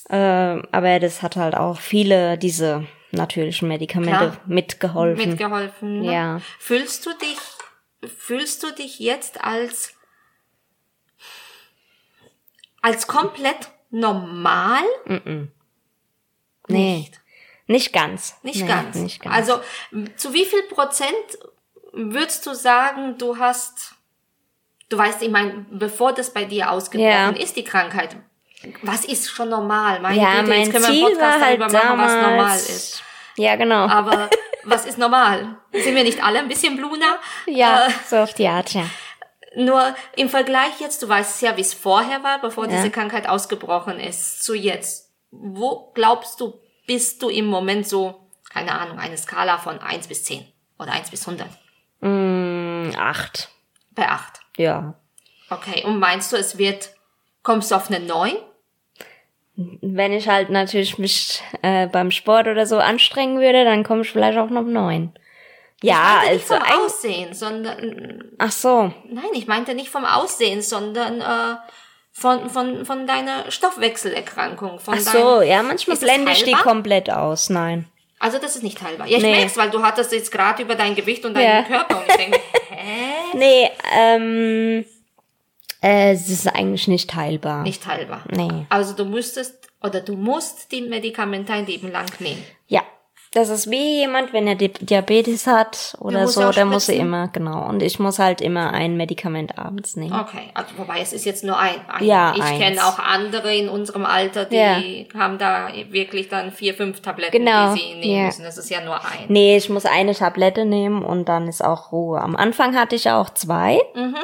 Speaker 2: Ähm, aber das hat halt auch viele diese natürlichen Medikamente
Speaker 1: Klar.
Speaker 2: mitgeholfen.
Speaker 1: Mitgeholfen. Ne?
Speaker 2: Ja.
Speaker 1: Fühlst du dich, fühlst du dich jetzt als, als komplett normal?
Speaker 2: nee,
Speaker 1: Nicht.
Speaker 2: nicht ganz.
Speaker 1: Nicht,
Speaker 2: nee,
Speaker 1: ganz.
Speaker 2: Nicht ganz.
Speaker 1: Also m- zu wie viel Prozent würdest du sagen, du hast, du weißt, ich meine, bevor das bei dir ausgebrochen
Speaker 2: Ja.
Speaker 1: ist, die Krankheit, was ist schon normal? Meine
Speaker 2: ja,
Speaker 1: Güte,
Speaker 2: mein
Speaker 1: jetzt können wir einen
Speaker 2: Ziel war
Speaker 1: Podcast
Speaker 2: halt
Speaker 1: darüber machen,
Speaker 2: damals.
Speaker 1: was normal ist.
Speaker 2: Ja, genau.
Speaker 1: Aber was ist normal? Sind wir nicht alle ein bisschen bluner?
Speaker 2: ja,
Speaker 1: Äh,
Speaker 2: so auf die Art, ja.
Speaker 1: nur im Vergleich jetzt, du weißt ja, wie es vorher war, bevor
Speaker 2: Ja.
Speaker 1: diese Krankheit ausgebrochen ist, zu jetzt. Wo glaubst du, bist du im Moment so, keine Ahnung, eine Skala von 1 bis 10 oder 1 bis 100?
Speaker 2: Mm, acht.
Speaker 1: Bei 8.
Speaker 2: Ja.
Speaker 1: Okay, und meinst du, es wird, kommst du auf eine 9?
Speaker 2: Wenn ich halt natürlich mich äh, beim Sport oder so anstrengen würde, dann komme ich vielleicht auch noch um neun. Ja,
Speaker 1: ich meinte
Speaker 2: also
Speaker 1: nicht vom
Speaker 2: ein,
Speaker 1: Aussehen, sondern,
Speaker 2: ach so,
Speaker 1: nein, ich meinte nicht vom Aussehen, sondern äh, von, von, von deiner Stoffwechselerkrankung. Von
Speaker 2: ach so,
Speaker 1: deinem-
Speaker 2: ja, manchmal
Speaker 1: Ist es
Speaker 2: blende ich die
Speaker 1: heilbar?
Speaker 2: komplett aus. Nein,
Speaker 1: Also das ist nicht teilbar. Ja, ich
Speaker 2: Nee.
Speaker 1: merk's, weil du hattest jetzt gerade über dein Gewicht und deinen
Speaker 2: Ja.
Speaker 1: Körper und ich denke, hä?
Speaker 2: nee, ähm, äh, es ist eigentlich nicht heilbar.
Speaker 1: Nicht teilbar.
Speaker 2: Nee.
Speaker 1: Also du müsstest oder du musst die Medikamente ein Leben lang nehmen.
Speaker 2: Ja, das ist wie jemand, wenn er Di Diabetes hat oder
Speaker 1: muss
Speaker 2: so,
Speaker 1: ja auch
Speaker 2: der muss er
Speaker 1: spritzen.
Speaker 2: immer genau. Und ich muss halt immer ein Medikament abends nehmen.
Speaker 1: Okay, also, wobei es ist jetzt nur ein. ein.
Speaker 2: Ja,
Speaker 1: ich
Speaker 2: eins.
Speaker 1: kenne auch andere in unserem Alter, die
Speaker 2: Ja.
Speaker 1: haben da wirklich dann vier, fünf Tabletten,
Speaker 2: Genau,
Speaker 1: die sie nehmen
Speaker 2: ja.
Speaker 1: müssen. Das ist ja nur ein.
Speaker 2: Nee, ich muss eine Tablette nehmen und dann ist auch Ruhe. Am Anfang hatte ich auch zwei.
Speaker 1: Mhm.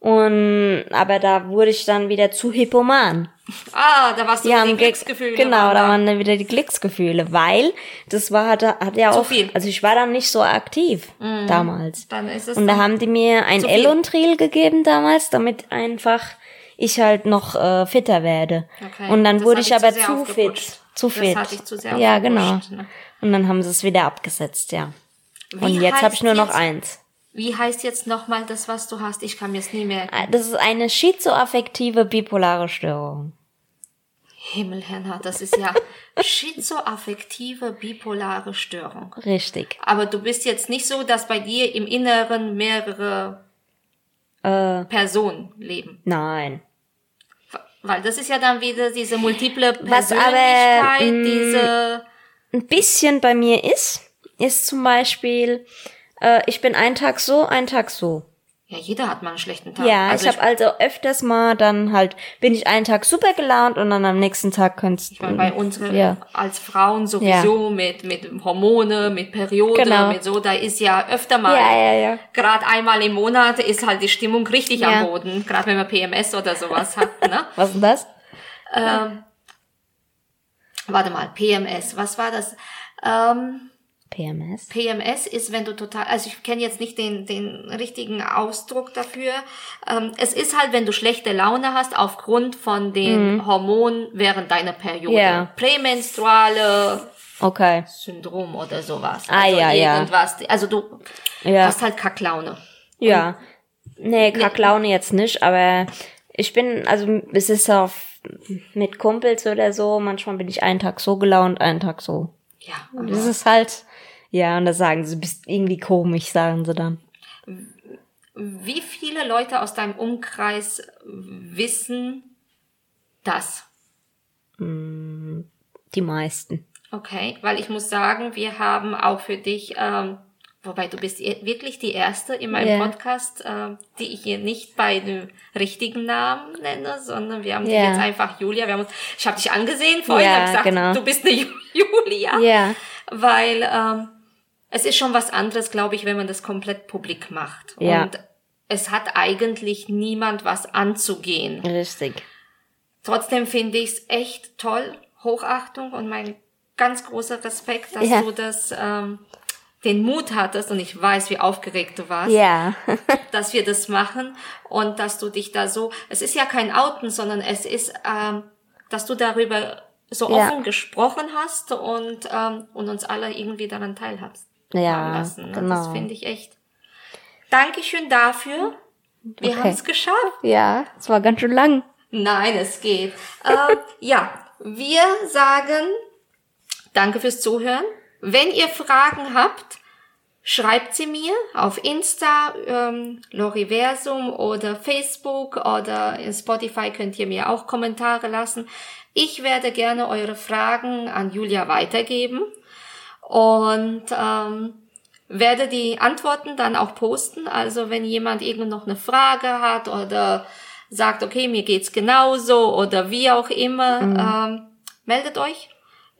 Speaker 2: Und aber da wurde ich dann wieder zu hippoman.
Speaker 1: Ah, da warst du
Speaker 2: Die
Speaker 1: mit
Speaker 2: haben
Speaker 1: den
Speaker 2: ge-
Speaker 1: Glücksgefühlen.
Speaker 2: Genau, da waren dann wieder die Glücksgefühle, weil das war hat, hat ja
Speaker 1: Zu
Speaker 2: auch
Speaker 1: viel. Mhm.
Speaker 2: also ich war dann nicht so aktiv damals.
Speaker 1: Dann ist es
Speaker 2: Und da
Speaker 1: dann
Speaker 2: haben die mir ein
Speaker 1: viel.
Speaker 2: Elontril gegeben damals, damit einfach ich halt noch äh, fitter werde.
Speaker 1: Okay,
Speaker 2: Und dann
Speaker 1: das
Speaker 2: wurde
Speaker 1: hatte
Speaker 2: ich
Speaker 1: ich
Speaker 2: aber
Speaker 1: zu sehr
Speaker 2: zu fit.
Speaker 1: aufgeputscht.
Speaker 2: Zu
Speaker 1: Das
Speaker 2: fit.
Speaker 1: hatte ich zu sehr
Speaker 2: ja, genau.
Speaker 1: aufgeputscht, ne?
Speaker 2: Und dann haben sie es wieder abgesetzt, ja.
Speaker 1: Wie
Speaker 2: Und jetzt habe ich
Speaker 1: heißt
Speaker 2: nur noch
Speaker 1: jetzt-
Speaker 2: eins.
Speaker 1: Wie heißt jetzt nochmal das, was du hast? Ich kann mir es nie mehr.
Speaker 2: Ah, Das ist eine schizoaffektive bipolare Störung.
Speaker 1: Himmel, Herrnhardt, das ist ja schizoaffektive bipolare Störung.
Speaker 2: Richtig.
Speaker 1: Aber du bist jetzt nicht so, dass bei dir im Inneren mehrere
Speaker 2: Äh,
Speaker 1: Personen leben.
Speaker 2: nein.
Speaker 1: Weil das ist ja dann wieder diese multiple
Speaker 2: Was
Speaker 1: Persönlichkeit,
Speaker 2: aber, mm,
Speaker 1: diese...
Speaker 2: Ein bisschen bei mir ist, ist zum Beispiel, äh, ich bin einen Tag so, einen Tag so.
Speaker 1: Ja, jeder hat mal einen schlechten Tag.
Speaker 2: Ja, ich habe also öfters mal dann halt, bin ich einen Tag super gelaunt und dann am nächsten Tag könntest
Speaker 1: Ich meine, bei uns äh,
Speaker 2: Ja.
Speaker 1: als Frauen sowieso mit, mit Hormone, mit Periode,
Speaker 2: Genau.
Speaker 1: mit so, da ist ja öfter mal,
Speaker 2: Ja, ja, ja.
Speaker 1: gerade einmal im Monat ist halt die Stimmung richtig
Speaker 2: Ja.
Speaker 1: am Boden, gerade wenn man PMS oder sowas hat, ne?
Speaker 2: Was ist denn das?
Speaker 1: Ähm, warte mal, PMS, was war das? Ähm,
Speaker 2: PMS.
Speaker 1: PMS ist, wenn du total, also ich kenne jetzt nicht den, den richtigen Ausdruck dafür. Ähm, es ist halt, wenn du schlechte Laune hast aufgrund von den Hormonen während deiner Periode.
Speaker 2: Mhm. Ja.
Speaker 1: Prämenstruale
Speaker 2: Okay.
Speaker 1: Syndrom oder sowas.
Speaker 2: Ah,
Speaker 1: also
Speaker 2: ja, ja.
Speaker 1: irgendwas. Also du
Speaker 2: Ja.
Speaker 1: hast halt Kacklaune.
Speaker 2: Ja. Nee, Kacklaune jetzt nicht, aber ich bin, also es ist auf mit Kumpels oder so, manchmal bin ich einen Tag so gelaunt, einen Tag so.
Speaker 1: Ja.
Speaker 2: Das ist halt, ja, und das sagen sie, bist irgendwie komisch, sagen sie dann.
Speaker 1: Wie viele Leute aus deinem Umkreis wissen das?
Speaker 2: Die meisten.
Speaker 1: Okay, weil ich muss sagen, wir haben auch für dich, ähm, wobei du bist i- wirklich die erste in meinem
Speaker 2: Ja.
Speaker 1: Podcast, ähm, die ich hier nicht bei dem richtigen Namen nenne, sondern wir haben dich
Speaker 2: Ja.
Speaker 1: jetzt einfach Julia. Wir haben uns, ich habe dich angesehen vorhin,
Speaker 2: Ja,
Speaker 1: hab gesagt,
Speaker 2: genau.
Speaker 1: du bist eine Ju- Julia,
Speaker 2: Ja.
Speaker 1: weil ähm, es ist schon was anderes, glaube ich, wenn man das komplett publik macht.
Speaker 2: Ja.
Speaker 1: Und es hat eigentlich niemand was anzugehen.
Speaker 2: Richtig.
Speaker 1: Trotzdem finde ich es echt toll, Hochachtung und mein ganz großer Respekt, dass
Speaker 2: Ja.
Speaker 1: du das, ähm, den Mut hattest und ich weiß, wie aufgeregt du warst,
Speaker 2: Ja.
Speaker 1: dass wir das machen und dass du dich da so, es ist ja kein Outen, sondern es ist, ähm, dass du darüber so
Speaker 2: Ja.
Speaker 1: offen gesprochen hast und, ähm, und uns alle irgendwie daran teilhabst.
Speaker 2: Ja,
Speaker 1: lassen. ne? Das
Speaker 2: genau.
Speaker 1: finde ich echt. Dankeschön dafür. Wir
Speaker 2: Okay.
Speaker 1: haben es geschafft.
Speaker 2: ja, es war ganz schön lang.
Speaker 1: Nein, es geht. ähm, ja, wir sagen danke fürs Zuhören. Wenn ihr Fragen habt, schreibt sie mir auf Insta, ähm, Loriversum oder Facebook oder in Spotify könnt ihr mir auch Kommentare lassen. Ich werde gerne eure Fragen an Julia weitergeben und ähm, werde die Antworten dann auch posten. Also wenn jemand irgend noch eine Frage hat oder sagt, okay, mir geht's genauso oder wie auch immer, ähm, meldet euch.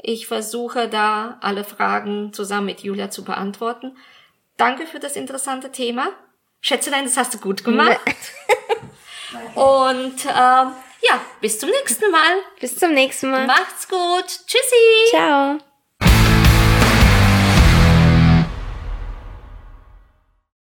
Speaker 1: Ich versuche da alle Fragen zusammen mit Julia zu beantworten. Danke für das interessante Thema. Schätzelein, das hast du gut gemacht. Und ähm, ja, bis zum nächsten Mal.
Speaker 2: Bis zum nächsten Mal.
Speaker 1: Macht's gut. Tschüssi.
Speaker 2: Ciao.